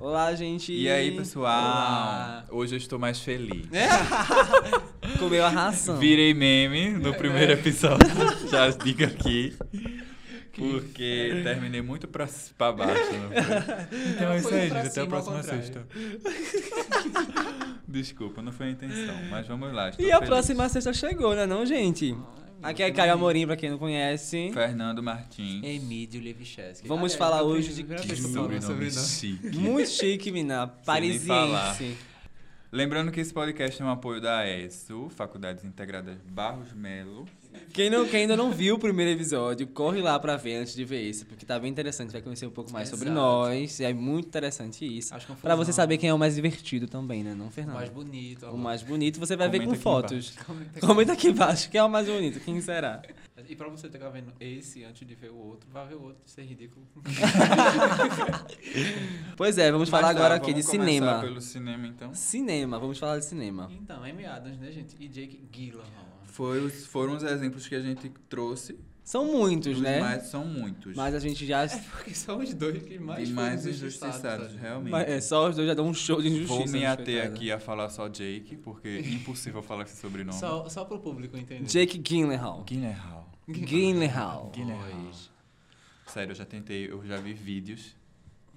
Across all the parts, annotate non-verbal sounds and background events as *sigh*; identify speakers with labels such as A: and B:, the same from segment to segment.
A: Olá, gente.
B: E aí, pessoal?
A: Olá. É?
B: Hoje eu estou mais feliz.
A: Comeu a ração.
B: Virei meme no primeiro episódio, *laughs* já digo aqui. Porque terminei muito pra, pra baixo. não foi? Então é isso
C: Foi
B: aí, gente.
C: pra
B: Até a
C: cima,
B: próxima
C: ao contrário.
B: sexta. Desculpa, não foi a intenção, mas vamos lá. estou
A: E a
B: feliz.
A: próxima sexta chegou, né não, gente? Aqui é Caio Amorim, pra quem não conhece.
B: Fernando Martins.
C: Emílio Levichesky.
A: Vamos falar hoje de
B: Que sobrenome chique.
A: Muito chique, mina.
B: falar.
A: Parisiense.
B: Lembrando que esse podcast é um apoio da ESO, Faculdades Integradas Barros Melo.
A: Quem, não, quem ainda não viu o primeiro episódio, corre lá pra ver antes de ver esse, porque tá bem interessante, vai conhecer um pouco mais sobre
C: Exato.
A: nós. É muito interessante isso.
C: Acho confusão.
A: Pra você saber quem é o mais divertido também, né, não,
C: O
A: Fernando?
C: mais bonito.
A: O mais bonito você vai ver com
B: Comenta aqui
A: fotos.
C: Comenta aqui.
A: Comenta aqui embaixo, quem é o mais bonito? Quem será?
C: É, E pra você estar vendo esse antes de ver o outro, vai ver o outro, isso é ridículo.
A: Pois é, vamos falar
B: Mas tá,
A: agora aqui de
B: vamos começar
A: cinema.
B: pelo cinema, então.
A: Cinema, vamos falar de cinema.
C: *laughs* Então, Amy Adams, né, gente? E Jake Gyllenhaal.
B: *laughs* Foi os- foram os exemplos que a gente trouxe,
A: São muitos,
B: os
A: né?
B: mais são muitos.
A: Mas a gente já. *laughs*
C: É porque são os dois que mais
B: e
C: foram
B: mais
C: injustiçados,
B: injustiçados,
C: sabe?
B: realmente.
A: Mas, é, só os dois já dão um show de injustiça.
B: Vou me
A: né,
B: ater
A: coitada.
B: aqui a falar só Jake, porque é impossível falar esse sobrenome.
C: Só, só pro público entender.
A: Jake Gyllenhaal.
B: Guilherme.
A: Gyllenhaal.
B: Guilherme. Sério, eu já tentei, eu já vi vídeos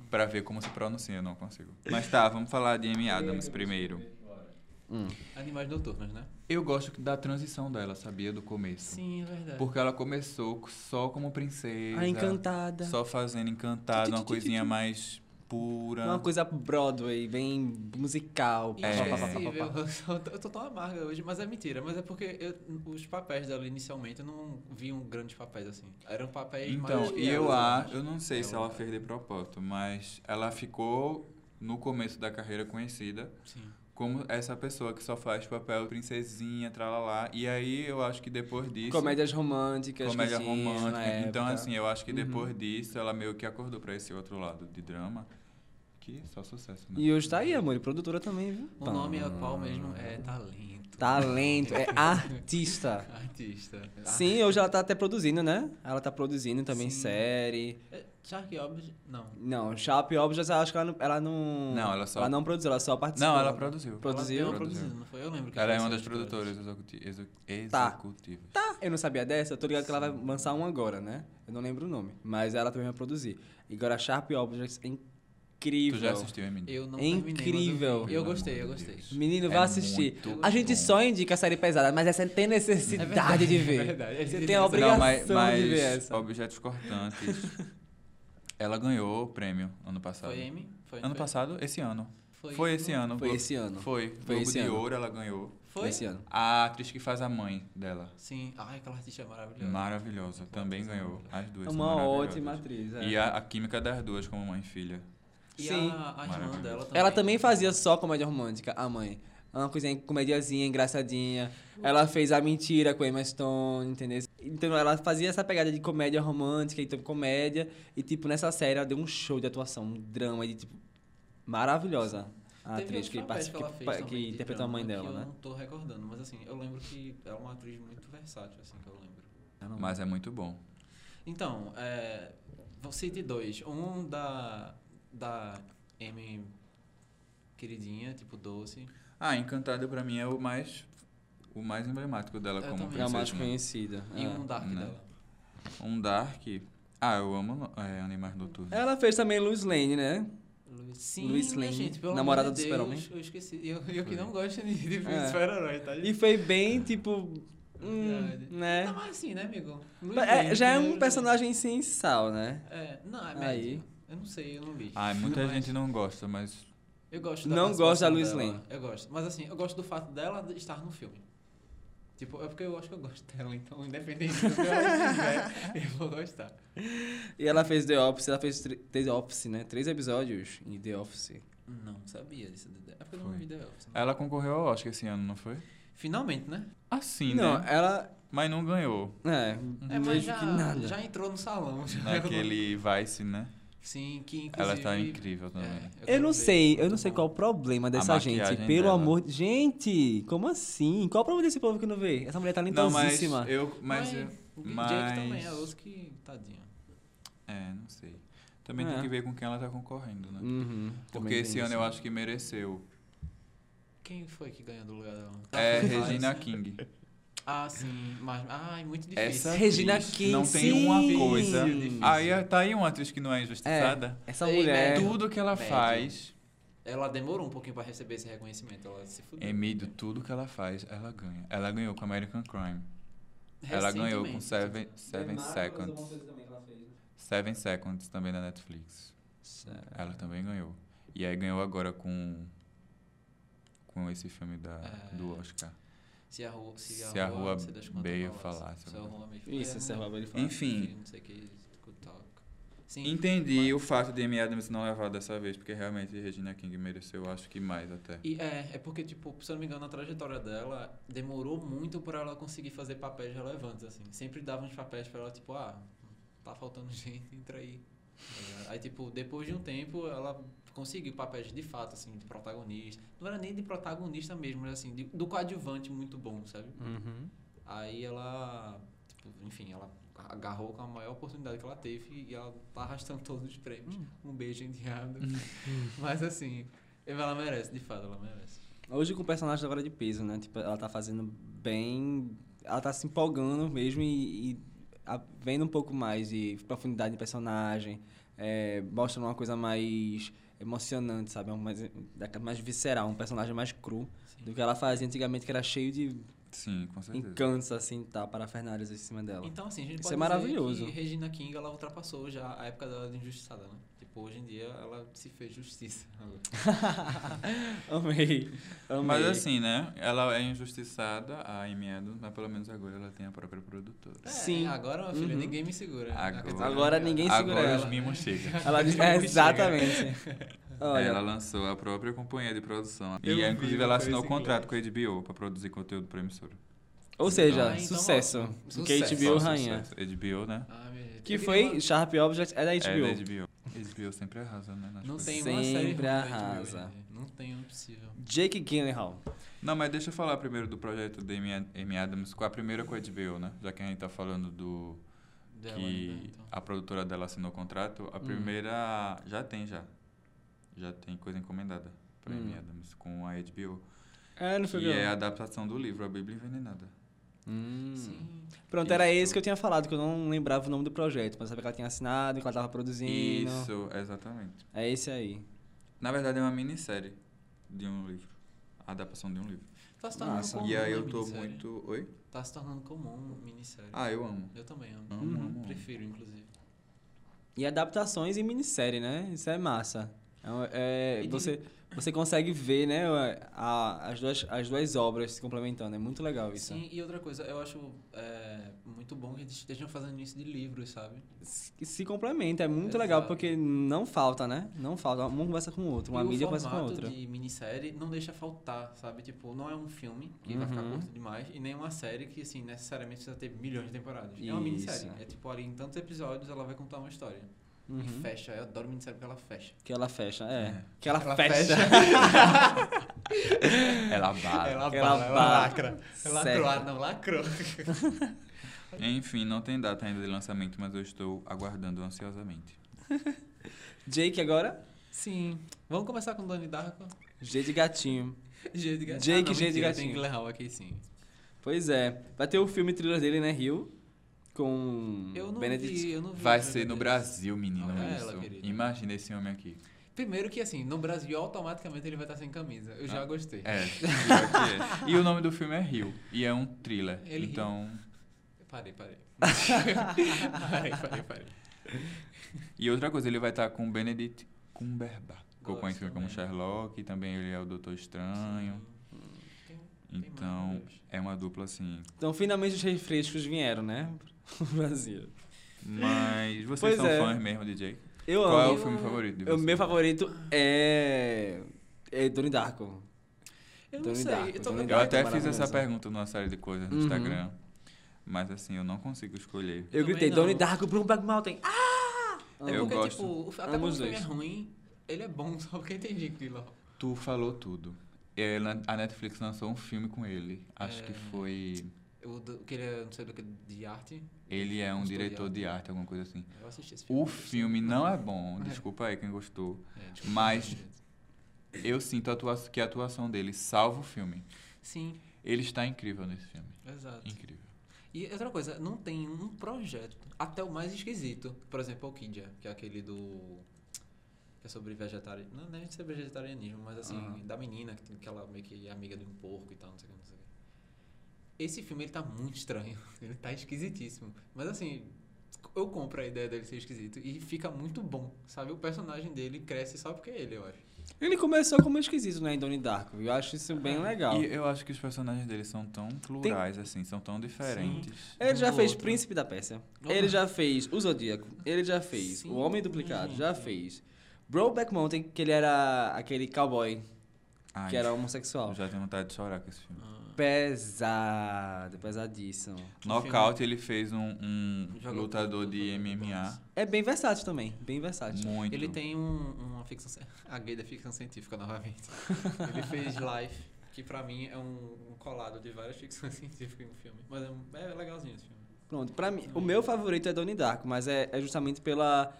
B: pra ver como se pronuncia, eu não consigo. Mas tá, vamos falar de Amy Adams primeiro.
A: Hum.
C: Animais noturnos, né?
B: Eu gosto da transição dela, sabia? Do começo.
C: Sim, é verdade.
B: Porque ela começou só como princesa.
A: A Encantada.
B: Só fazendo encantada, uma coisinha mais pura.
A: É Uma coisa Broadway, bem musical.
C: E
B: É.
A: pá, pá, pá, pá, pá,
C: esquecível.
A: pá, pá.
C: *laughs* Eu tô- Eu tô tão amarga hoje, mas é mentira. Mas é porque eu- os papéis dela inicialmente eu não vi um grandes papéis assim. Eram papéis mais.
B: Então, e eu
C: piadas,
B: acho, eu não sei se ela fez de propósito, mas ela ficou no começo da carreira conhecida
C: Sim.
B: como essa pessoa que só faz papel princesinha, tralalá. E aí eu acho que depois disso.
A: Comédias românticas.
B: comédia
A: que tinha na
B: romântica.
A: época.
B: Então,
A: Uhum.
B: assim, eu acho que depois disso ela meio que acordou pra esse outro lado de drama. Que é só sucesso, né?
A: E hoje tá aí, amor, e produtora também, viu?
C: O
A: Pá.
C: nome é qual mesmo? É Talento.
A: Talento, é
B: *laughs*
A: artista.
C: Artista.
A: Sim, hoje ela tá até produzindo, né? Ela tá produzindo também
C: Sim.
A: série.
C: É, Shark Obvious. Não.
A: Não, Sharp Obvious, eu acho que ela não. Ela não,
B: Não, ela só-
A: Ela não produziu, ela só participou.
B: Não, ela produziu.
A: Produziu?
C: Ela produziu, não foi? Eu lembro que
B: Ela é
C: foi
B: uma
C: essa
B: das
C: história.
B: produtoras executi- exu-
A: Tá.
B: executivas.
A: Tá, eu não sabia dessa, eu tô ligado que ela vai lançar um agora, né? Eu não lembro o nome. Mas ela também vai produzir. E agora Sharp Objects é incrível.
B: Tu já assistiu, Emily?
C: Eu não
A: É
C: terminei, mas eu vi.
A: incrível.
C: Eu
B: Pelo
C: gostei, eu
B: amor de
C: gostei.
B: Deus.
A: Menino,
B: É
A: vai assistir.
B: muito
A: A gente
B: bom. É
A: só indica a série pesada, mas essa tem necessidade de ver.
C: é verdade. A gente
A: Você
C: tem
A: tem a
C: necessidade.
A: obrigação
B: Não, mas,
A: de ver
B: mas
A: essa.
B: Objetos Cortantes.
A: *laughs*
B: ela ganhou o prêmio ano passado.
C: Foi M? Foi,
B: Ano
C: foi-
B: passado? Esse ano. Foi, esse ano.
A: Foi
B: Glo-
A: esse ano.
B: Foi. Globo
A: esse
B: de
A: ano.
B: Ouro ela ganhou.
C: Foi?
A: Esse ano.
B: A atriz que faz a mãe dela.
C: Sim. Ai, aquela artista é maravilhosa.
B: Maravilhosa. Também ganhou. As duas
A: É
B: são
A: uma
B: maravilhosas.
A: ótima atriz. é.
B: E a, a química das duas como mãe e filha.
C: E
A: Sim.
C: a, a irmã
B: Maravilhoso.
C: dela também.
A: Ela também fazia só comédia romântica, a mãe. Uma coisinha, comediazinha, engraçadinha. Ela fez A Mentira com Emma Stone, entendeu? Então ela fazia essa pegada de comédia romântica, então comédia. E, tipo, nessa série ela deu um show de atuação, um drama de, tipo, maravilhosa. A
C: Teve
A: atriz
C: outros
A: que,
C: papéis
A: participa,
C: ela
A: que,
C: fez também de
A: interpretou a mãe
C: drama
A: dela,
C: que Eu
A: né?
C: não tô recordando, mas assim, eu lembro que ela é uma atriz muito versátil, assim, que eu lembro.
A: né?
B: Mas é muito bom.
C: Então, é, vou citar dois. Um da, da M queridinha, tipo doce.
B: Ah, Encantada pra mim é o mais... O mais emblemático dela
C: Eu
B: como
C: também.
A: É a
B: princesa.
A: mais
B: né?
A: conhecida.
C: E
A: é.
C: um dark
B: né?
C: dela.
B: Um Dark... Ah, eu amo no- é, Animais Noturnos.
A: Ela fez também Luz Lane, né?
C: Luiz- Sim,
A: Luiz
C: minha
A: Lane,
C: gente, pelo
A: namorada
C: amor de
A: do
C: Deus,
A: Super-Homem.
C: Eu esqueci. Eu, eu
B: Foi.
C: que não gosto de de filme
A: É.
C: de super-herói, tá?
A: E foi bem, tipo. hum,
C: Verdade.
A: né?
C: Não, mas assim, né, amigo? Luiz
A: É,
C: Lane, né?
A: já é
C: Luiz
A: um
C: Lane.
A: personagem sensal, né?
C: É, não, é
A: Aí.
C: médio. Eu não sei, eu não vi.
B: Ah, muita
C: Mas-
B: gente não gosta, mas...
C: Eu gosto da
A: Não gosto da
C: participação
A: Lois
C: dela.
A: Lane.
C: Eu gosto. Mas assim, eu gosto do fato dela de estar no filme. Tipo, é porque eu acho que eu gosto dela, então independente do que ela
B: *laughs*
C: estiver, eu vou gostar.
A: E ela fez The Office, ela fez tre- The Office, né? Três episódios em The Office.
C: Não sabia disso. É porque eu não
B: Foi.
C: vi The Office. né?
B: Ela concorreu ao Oscar esse ano, não foi?
C: Finalmente, né?
B: Assim,
A: não,
B: né?
A: ela.
B: Mas
A: *laughs*
B: não ganhou.
A: É,
C: É,
A: mesmo
C: mas já,
A: que nada.
C: já entrou no salão. Já
B: Naquele Vice, né?
C: Sim, que inclusive... é,
B: Ela tá
A: é.
B: incrível também.
A: Eu não sei, eu não sei qual o
C: o
A: problema dessa gente.
B: tá maquiagem
A: Pelo
B: dela.
A: amor de. Gente, como assim? Qual o problema desse povo que não vê? Essa mulher tá
B: Não, mas
A: talentosíssima.
B: eu... Mas, eu-
C: Jake também
B: mas-
C: é outro que... Tadinho.
B: É, não sei. Também
A: É.
B: tem que ver com quem ela tá concorrendo, né?
A: Uhum,
B: Porque
A: também
B: esse
A: tem
B: ano
A: isso.
B: eu acho que mereceu.
C: Quem foi que ganhou do lugar dela?
A: Tá
B: É
C: Mas-
B: Regina King.
C: Ah, sim. Mas, ai, muito difícil.
B: Essa
A: Regina
B: atriz
A: King,
B: não tem
A: sim. É
B: uma coisa.
A: Difícil. É.
B: Aí tá aí uma atriz que não é injustiçada.
A: Essa
C: Ei,
A: mulher.
C: Meryl.
B: Tudo que ela
C: Médio.
B: faz,
C: Ela demorou um pouquinho pra receber esse reconhecimento. Ela se fudeu.
B: Emílio, tudo que ela faz, ela ganha. Ela ganhou com American Crime. Ela ganhou com
C: Recentemente. tipo,
B: Seven, Seven Seconds.
A: né?
B: Seven Seconds também da Netflix. Ela também ganhou. E aí ganhou agora com com esse filme da,
C: É.
B: do Oscar.
C: Se a rua, se a
B: Se a rua
C: não sei das quantas
B: Beia
C: palavras.
B: falasse,
C: Se a
B: alguma
C: rua me
A: Isso,
C: é,
A: essa é
C: não,
A: a ele fala.
B: Enfim,
C: Não sei o que. tal. Sim.
B: entendi o fato de Amy Adams não levar dessa vez, porque realmente Regina King mereceu, acho que mais até.
C: E é, é porque, tipo, se eu não me engano, a trajetória dela demorou muito pra ela conseguir fazer papéis relevantes, assim. Sempre dava uns papéis pra ela, tipo, ah, tá faltando *laughs* gente, entra aí. Tá ligado? Aí, tipo, depois de um tempo, ela conseguiu papéis de fato, assim, de protagonista. Não era nem de protagonista mesmo, mas assim, de- do coadjuvante muito bom, sabe?
A: Uhum.
C: Aí ela, tipo, enfim, ela agarrou com a maior oportunidade que ela teve e ela tá arrastando todos os prêmios.
A: Hum.
C: Um beijo enviado. *laughs* Mas assim, ela merece, de fato, ela merece.
A: Hoje com o personagem agora de peso, né? Tipo, ela tá fazendo bem. Ela tá se empolgando mesmo e, e a- vendo um pouco mais de profundidade de personagem, é, mostrando uma coisa mais emocionante, sabe? Um Mais, da- mais visceral, um personagem mais cru
C: Sim. é.
A: do que ela fazia antigamente, que era cheio de
B: Sim, com certeza.
A: encantos, assim, tá, parafernálias em cima dela.
C: Então, assim, a gente
A: Isso
C: pode
A: é
C: dizer
A: maravilhoso.
C: que Regina King, ela ultrapassou já a época dela de injustiçada, né? Tipo, hoje em dia, ela se fez
A: *laughs*
C: justiça.
A: amei, amei.
B: Mas assim, né? Ela é injustiçada, a Amy Adams, mas pelo menos agora ela tem a própria produtora.
C: É,
A: Sim.
C: Agora, meu filho,
A: Uhum.
C: ninguém me segura. né?
B: Agora-
C: Quer dizer,
A: Agora ninguém segura
B: Agora
A: ela.
B: os mimos chegam.
A: Ela diz, é, exatamente. *laughs*
C: É,
A: Olha,
B: Ela lançou a própria companhia de produção.
C: Eu
B: e
C: vi,
B: inclusive ela
C: foi
B: assinou
C: esse
B: contrato com a HBO pra produzir conteúdo pra emissora.
A: ou seja,
C: Ah, então,
A: sucesso.
C: ótimo.
A: Kate
C: Sucesso.
A: Bill,
B: Só
A: rainha.
B: sucesso. HBO, né?
C: Ah, minha gente.
A: Que
C: Eu queria
A: foi
C: uma-
A: Sharp Object, é da
B: É
A: HBO.
B: da HBO. HBO sempre arrasa, né? nas
C: Não
B: coisas.
C: tem uma série ruim
A: Sempre
C: da HBO,
A: arrasa.
C: gente. Não tem, não é possível.
A: Jake Gyllenhaal.
B: Não, mas deixa eu falar primeiro do projeto da Amy Ad- Amy Adams, com a primeira com a HBO, né? Já que a gente tá falando do
C: Dela, né,
B: que
C: então. Uhum.
B: a produtora dela assinou o contrato, a primeira já tem já. Já tem coisa encomendada pra Amy
C: Uhum.
A: Hum.
B: Adams com a HBO.
A: É, não foi
B: E
C: um.
B: é a adaptação do livro A Bíblia Envenenada.
A: Hum.
B: Hum,
C: Sim.
A: Pronto, era
B: Isso.
A: esse que eu tinha falado, que eu não lembrava o nome do projeto, mas eu sabia que ela tinha assinado, que ela tava produzindo.
B: Isso, exatamente.
A: É esse aí.
B: Na verdade, é uma minissérie de um livro. A adaptação de um livro.
C: Tá se tornando
A: Massa.
C: comum.
B: e aí
C: né,
B: eu tô
C: minissérie?
B: muito. Oi?
C: Tá se tornando comum minissérie.
B: Ah, eu amo.
C: Eu também amo.
B: Amo, amo,
A: Hum.
B: amo.
C: Prefiro, inclusive.
A: E adaptações em minissérie, né? Isso é massa. É um- É,
C: E de-
A: você, você consegue ver, né, a- as, duas, as duas obras se complementando. É muito legal isso.
C: Sim, e outra coisa, eu acho é, muito bom que eles estejam fazendo isso de livros, sabe?
A: Se, se complementa, é muito legal,
C: Exato.
A: porque não falta, né? Não falta. Um conversa com o outro, uma
C: e
A: mídia
C: o
A: conversa com a
C: formato
A: outra.
C: de minissérie não deixa faltar, sabe? Tipo, não é um filme que vai ficar
A: Uhum.
C: curto demais e nem uma série que, assim, necessariamente precisa ter milhões de temporadas. É
A: Isso.
C: uma minissérie. É tipo, ali em tantos episódios ela vai contar uma história. E
A: Uhum.
C: fecha. Eu adoro minissérie porque ela fecha.
A: Que ela fecha, é.
B: É.
A: Que ela,
C: Ela
A: fecha.
B: *laughs*
A: *laughs*
B: Ela bala.
A: Que ela bala, ela bala. lacra. Certo.
C: não lacrou.
B: Enfim, não tem data ainda de lançamento, mas eu estou aguardando ansiosamente.
A: Jake agora?
C: Sim. Vamos começar com Donnie Darko?
A: G de gatinho.
C: G de Ah,
A: Jake, G de
C: mentira,
A: gatinho.
C: Tem Gyllenhaal aqui, sim.
A: Pois é. Vai ter o filme thriller dele, né, Rio? Com
C: Eu não
A: Benedict.
C: vi, eu não vi.
B: Hum, Vai
C: Meu
B: ser no
C: Deus.
B: Brasil, menino,
C: Olha ela,
B: isso.
C: querida.
B: Imagina esse homem aqui.
C: Primeiro que, assim, no Brasil, automaticamente ele vai estar sem camisa. Eu já
B: Ah.
C: gostei.
B: É, pior que
C: *laughs*
B: é. E o nome do filme é Rio. E é um thriller.
C: Ele riu.
B: então. *laughs*
C: Parei, parei. parei, parei, parei.
B: E outra coisa, ele vai estar com o Benedict Cumberbatch. Que eu
C: Gosto
B: conheci como
C: também.
B: Sherlock, e também ele é o Doutor Estranho.
C: Hum, Tem- tem mais,
B: Então,
C: meu Deus.
B: é uma dupla assim.
A: Então, finalmente os refrescos vieram, né? *laughs* Pro Brasil.
B: Mas vocês
A: Pois
B: são
A: é.
B: fãs mesmo de Jake?
A: Eu
B: Qual é o
A: amo.
B: filme favorito de
A: O
B: vocês?
A: meu favorito é. É Donnie Darko.
C: Eu não
A: Donnie
C: sei,
A: Darko,
C: eu tô
A: Donnie
C: lembrando.
B: Eu até fiz
A: maravilhoso.
B: essa pergunta numa série de coisas no
A: Uhum.
B: Instagram. Mas assim, eu não consigo escolher.
A: Eu
C: Também
A: gritei,
C: não.
A: Donnie Darko, Broomback Mountain. Ah!
C: É
A: Amo.
B: Eu
C: porque,
B: gosto.
C: tipo, o- até
A: Amo
C: quando o
A: os
C: filme é
A: dois.
C: ruim, ele é bom, *laughs* só porque entendi que ele é
B: É, Tu falou tudo. Ela- a Netflix lançou um filme com ele. Acho
C: É.
B: que foi
C: O, do- que ele é, não sei do que, de arte.
B: Ele é um
C: Gostou de
B: diretor de arte, alguma coisa assim.
C: Eu assisti esse filme.
B: O filme não é bom, desculpa aí quem gostou.
C: É, tipo,
B: Mas eu sinto a atua- que a atuação dele salva o filme.
C: tipo, Sim,
B: Ele está incrível nesse filme.
C: exato.
B: Incrível.
C: E outra coisa, não tem um projeto, até o mais esquisito. Por exemplo, o Kindia, que é aquele do. que é sobre vegetarianismo. Não, não é sobre vegetarianismo, mas assim,
B: Aham.
C: da menina, que tem aquela meio que é amiga de um porco e tal, não sei o que, não sei o que. Esse filme ele tá muito estranho, *laughs* ele tá esquisitíssimo. Mas assim, eu compro a ideia dele ser esquisito e fica muito bom, sabe? O personagem dele cresce só porque é ele, eu acho.
A: Ele começou como esquisito, né, em Donnie Darko. Eu acho isso bem legal.
B: Ah, E eu acho que os personagens dele são tão plurais, assim, são tão diferentes.
A: Ele
C: Um
A: já
C: do
A: fez
C: outro.
A: Príncipe da Pérsia.
C: Opa.
A: Ele já fez O Zodíaco. Ele já fez
C: Sim,
A: O Homem Duplicado. Já
C: gente.
A: fez Brokeback Mountain, que ele era aquele cowboy
B: Ai,
A: que era homossexual.
B: eu já tenho vontade de chorar com esse filme.
C: Ah.
A: Pesado, pesadíssimo.
B: Knockout, ele fez um, um
C: Joga
B: lutador
C: tudo,
B: de
C: joga tudo,
B: MMA.
C: balança.
A: É bem versátil também, bem versátil.
B: Muito.
C: Ele tem um- uma ficção ci- *laughs* a gay da ficção científica novamente. Ele fez Life, que pra mim é um, um colado de várias ficções *laughs* científicas no filme, mas é, um- é legalzinho esse filme.
A: Pronto, para mim, o meu favorito é Donnie Darko, mas é, é justamente pela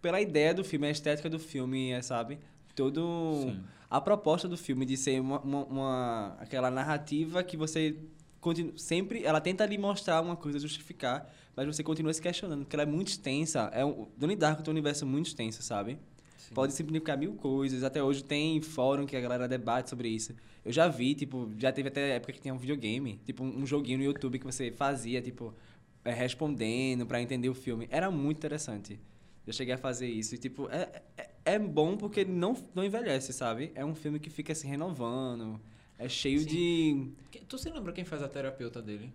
A: pela ideia do filme, a estética do filme, é, sabe? Todo
B: Sim.
A: a proposta do filme de ser uma, uma- uma- aquela narrativa que você continua sempre ela tenta lhe mostrar uma coisa justificar mas você continua se questionando porque ela é muito extensa é um, Donnie Darko tem um universo muito extenso sabe pode simplificar mil coisas até hoje tem fórum que a galera debate sobre isso eu já vi tipo já teve até época que tinha um videogame tipo um um joguinho no YouTube que você fazia tipo é, respondendo pra entender o filme era muito interessante eu cheguei a fazer isso. E, tipo, é, é, é bom porque não, não envelhece, sabe? É um filme que fica se renovando. É cheio
C: Sim.
A: de.
C: Que- Tu se lembra quem faz a terapeuta dele?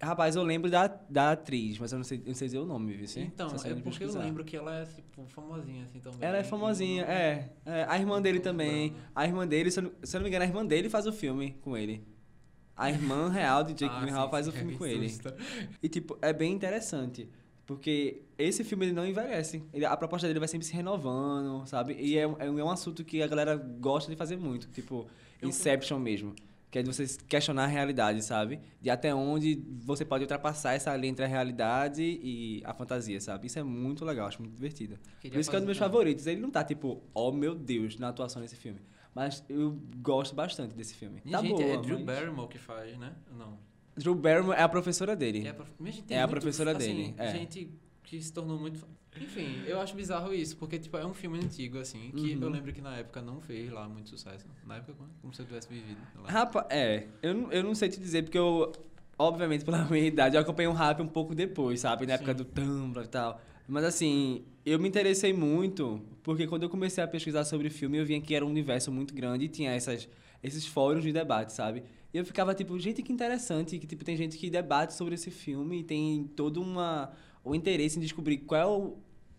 A: Rapaz, eu lembro da, da atriz, mas eu não sei, eu não sei dizer o nome, viu? sim?
C: então,
A: Só sei
C: é
A: me
C: porque
A: pesquisar.
C: eu lembro que ela é tipo, famosinha assim também. Ah,
A: Ela é famosinha, é, é. A irmã dele
C: Não tô
A: também.
C: lembrando.
A: A irmã dele, se eu, não, se eu não me engano, a irmã dele faz o filme com ele. A *laughs* irmã real de Jake Gyllenhaal faz o filme
C: *laughs*
A: com ele. E, tipo, é bem interessante. Porque esse filme ele não envelhece. Ele- a proposta dele vai sempre se renovando, sabe? E é, um- é um é um assunto que a galera gosta de fazer muito. Tipo,
C: Eu-
A: Inception mesmo. Que é de você questionar a realidade, sabe? De até onde você pode ultrapassar essa linha entre a realidade e a fantasia, sabe? Isso é muito legal, acho muito divertido. Por isso que é um dos meus favoritos. Ele não tá, tipo, oh meu Deus, na atuação desse filme. Mas eu gosto bastante desse filme.
C: Minha
A: tá
C: gente,
A: boa,
C: é Drew
A: mas-
C: Barrymore que faz, né? Não.
A: Drew Barrymore é a professora dele.
C: É a, prof- Mas, gente, tem
A: É a
C: muito,
A: professora
C: assim,
A: dele, é.
C: Gente que se tornou muito. fa- Enfim, eu acho bizarro isso, porque tipo, é um filme antigo, assim, que
A: Uhum.
C: eu lembro que na época não fez lá muito sucesso. Na época, como- como se eu tivesse vivido lá.
A: Rapaz, é. Eu, não- eu não sei te dizer, porque eu, obviamente, pela *laughs* minha idade, eu acompanhei um rap um pouco depois, sabe? Na época
C: Sim.
A: do Tumblr e tal. Mas assim, eu me interessei muito, porque quando eu comecei a pesquisar sobre filme, eu vi que era um universo muito grande e tinha essas, esses fóruns de debate, sabe? E eu ficava tipo, gente, que interessante, que tipo, tem gente que debate sobre esse filme e tem todo uma, um interesse em descobrir qual é o,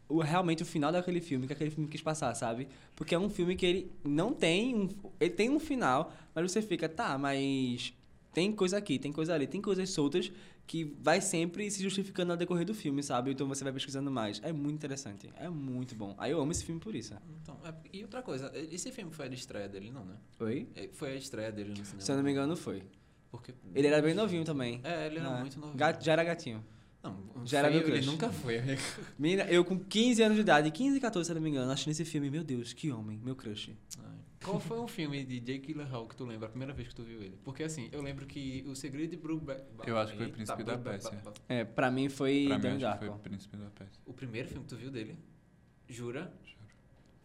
A: o- realmente o final daquele filme, que aquele filme quis passar, sabe? Porque é um filme que ele não tem um. Ele tem um final, mas você fica, tá, mas tem coisa aqui, tem coisa ali, tem coisas soltas que vai sempre se justificando ao decorrer do filme, sabe? Então você vai pesquisando mais. É muito interessante, é muito bom. Aí eu amo esse filme por isso.
C: Então, é- e outra coisa, esse filme foi a estreia dele, não, né?
A: Oi?
C: É, Foi a estreia dele no cinema.
A: Se eu não me engano, foi.
C: Porque...
A: Ele era bem novinho também.
C: É, ele era
A: Ah,
C: muito novinho.
A: Gato, já era gatinho.
C: Não,
A: já era
C: feio
A: meu
C: ele
A: crush.
C: nunca foi.
A: *laughs*
C: amigo.
A: Menina, eu com 15 anos de idade, 15, 14, se eu não me engano, assistindo esse filme, meu Deus, que homem, meu crush.
C: Ai. Qual foi um filme de Jake Gyllenhaal que tu lembra a primeira vez que tu viu ele? Porque assim, eu lembro que O Segredo de Brookback...
B: Eu acho que foi Príncipe da Pérsia.
C: Pécia.
A: É, pra mim foi
B: Pra
A: Donnie
B: mim, acho que foi
A: Darko.
B: o Príncipe da Pérsia.
C: O primeiro filme que tu viu dele? Jura?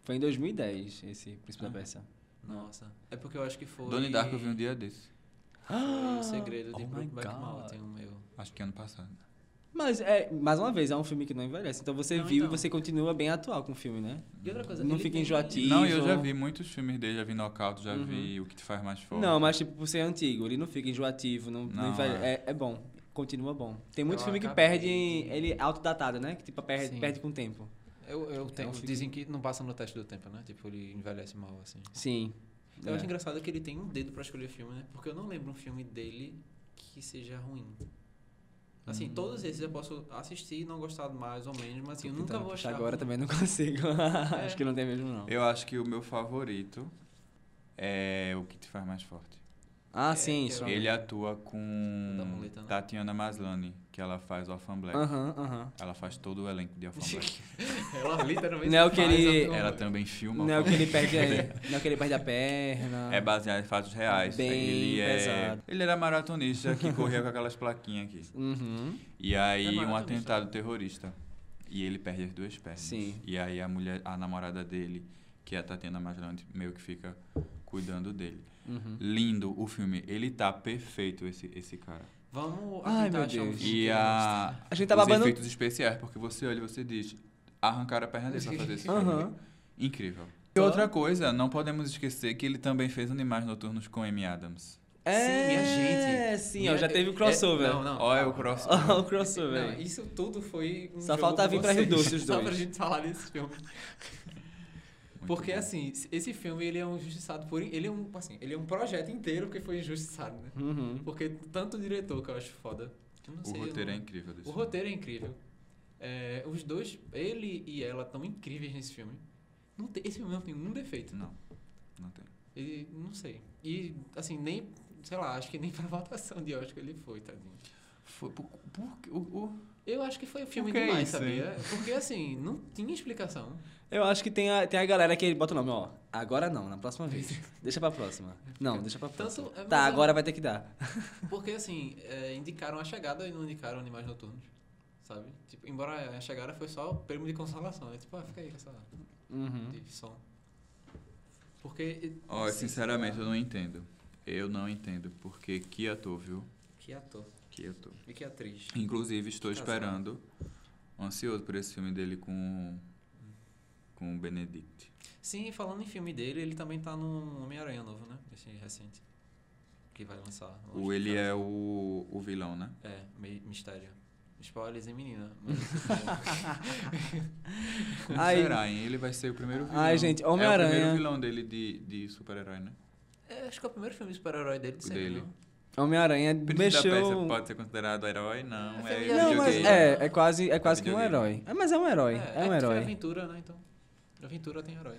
A: Foi em 2010, esse Príncipe
C: Ah.
A: da Pérsia.
C: Nossa. É porque eu acho que foi.
B: Donnie Darko eu vi um dia desse.
C: Foi o segredo
A: *gasps*
C: de
A: Oh my
C: Brookback
A: God.
C: Mountain, o meu.
B: Acho que ano passado.
A: Mas, é, mais uma vez, é um filme que não envelhece. Então você
C: Não,
A: viu
C: então.
A: e você continua bem atual com o filme, né?
C: E outra coisa,
A: Não
C: ele
A: fica
C: tem-
A: enjoativo.
B: Não, eu
A: Isso. é um Uhum.
B: já vi muitos filmes dele, já vi Knockout, já vi O Que Te Faz Mais Forte.
A: Não, mas tipo, por ser antigo, ele não fica enjoativo, não, não,
B: Não,
A: envelhece.
B: é.
A: É. é bom, continua bom. Tem muito
C: Eu
A: filme que
C: acabei
A: perde,
C: de-
A: ele é autodatado, né? Que tipo, perde,
C: Sim.
A: perde com o tempo.
C: Eu, eu tenho,
A: fica-
C: Dizem que não passa no teste do tempo, né? Tipo, ele envelhece mal, assim.
A: Sim.
C: Eu
A: É.
C: acho engraçado que ele tem um dedo pra escolher filme, né? Porque eu não lembro um filme dele que seja ruim. Assim,
A: Hum.
C: todos esses eu posso assistir e não gostar mais ou menos, mas assim, eu nunca
A: Tentando
C: vou
A: puxar Então, tá,
C: achar. É.
A: agora
C: ruim.
A: também não *laughs* consigo. Acho que não tem mesmo, não.
B: Eu acho que o meu favorito é O Que Te Faz Mais Forte.
A: Ah,
C: É,
A: sim,
C: que
A: isso.
C: é
B: Ele
C: Mulher.
B: atua
C: Da
B: com
C: muleta, né?
B: Tatiana Maslany, que ela faz Orphan Black.
A: Aham, aham.
B: Ela faz todo o elenco de Orphan Black.
C: *laughs*
A: *laughs*
C: Ela literalmente
A: Não é o
C: faz
A: que ele-
C: a
B: Ela
C: turma.
B: também filma
A: Não é o
B: Orphan
A: que ele
B: Black.
A: perde a, não é o que ele perde a perna.
B: *laughs* É baseado em fatos reais.
A: Bem
B: ele é-
A: pesado.
B: Ele era maratonista que corria com aquelas plaquinhas aqui.
A: Uhum.
B: E
C: É
B: aí um
C: maratonista.
B: atentado terrorista. E ele perde as duas pernas.
A: Sim.
B: E aí a mulher, a namorada dele, que é a Tatiana Maslany, meio que fica cuidando dele.
A: Uhum.
B: Lindo o filme. Ele tá perfeito esse esse cara.
C: Vamos
A: um Ai,
C: tentar
A: meu
C: achar um
A: Deus.
C: filme
B: E
C: que
B: a
A: A gente tava
B: os
A: babando.
B: efeitos especiais, porque você olha e você diz, arrancaram a perna dele pra fazer esse filme.
A: Aham.
B: Incrível. E outra coisa, não podemos esquecer que ele também fez Animais Noturnos com Amy Adams.
C: Sim, a
A: É,
C: gente.
A: sim,
C: Minha-
A: ó, já teve o
C: é-
A: crossover.
C: não, não.
B: Olha o próximo.
A: Ó, *laughs* o
C: Não,
A: crossover. aí.
C: isso tudo foi. Um
A: Só
C: jogo
A: falta
C: com
A: vir pra Rio
C: vocês.
A: Doce os
C: Só
A: dois.
C: pra gente falar desse filme.
B: Muito
C: Porque
B: bom.
C: assim, esse filme ele é um injustiçado por. Ele é um, assim, ele é um projeto inteiro que foi injustiçado, né?
A: Uhum.
C: Porque tanto o diretor que eu acho foda. Eu não
B: O
C: sei, eu
B: roteiro é
C: não-
B: incrível desse
C: O
B: filme.
C: roteiro é incrível. É, os dois, ele e ela, estão incríveis nesse filme. Não tem- esse filme não tem nenhum defeito.
B: Não, não tem.
C: Ele, não sei. E, assim, nem, sei lá, acho que nem pra *laughs* votação de Oscar ele foi, tadinho.
B: Foi por, por, o, o-
C: Eu acho que foi o filme
B: que é
C: demais,
B: isso, hein?
C: sabia? Porque, assim, não tinha explicação.
A: Eu acho que tem a, tem a galera que bota o nome, ó. Agora não, na próxima vez. Deixa pra próxima. Não, deixa pra próxima.
C: Tanto- é, mas
A: Tá,
C: é-
A: agora vai ter que dar.
C: Porque, assim, é, indicaram a chegada e não indicaram Animais Noturnos, sabe? Tipo, embora a chegada foi só o prêmio de consolação, né? Tipo, ah, fica aí com essa
A: Uhum.
C: de som. Porque...
B: Hum? Ó,
C: assim,
B: sinceramente, eu não entendo. Eu não entendo, porque que ator, viu?
C: Que ator
B: Que ator.
C: e que atriz.
B: Inclusive, estou
C: Que casal.
B: esperando, ansioso por esse filme dele com, com o Benedict.
C: Sim, falando em filme dele, ele também tá no Homem-Aranha novo, né? Esse recente. Que vai lançar.
B: O, ele é o, o vilão, né?
C: É, meio mistério. Spoilers em menina. Mas...
A: *laughs*
B: Como
A: Ai.
B: será, hein? Ele vai ser o primeiro vilão.
A: Ai, gente,
B: É o primeiro
A: Homem-Aranha.
B: vilão dele de, de super-herói, né?
C: *laughs* É, acho que é o primeiro filme de super-herói dele de
B: O
C: sempre,
B: dele.
C: não?
A: Homem-Aranha
B: Príncipe da Pérsia
A: mexeu. um-
B: pode ser considerado herói? Não,
C: É,
B: é,
C: filme-
A: Não, mas
B: videogame.
A: é, é quase, é quase que um
B: videogame.
A: herói. É, mas é um herói, é, um
C: que É
A: herói.
C: aventura, né? Então, aventura tem herói.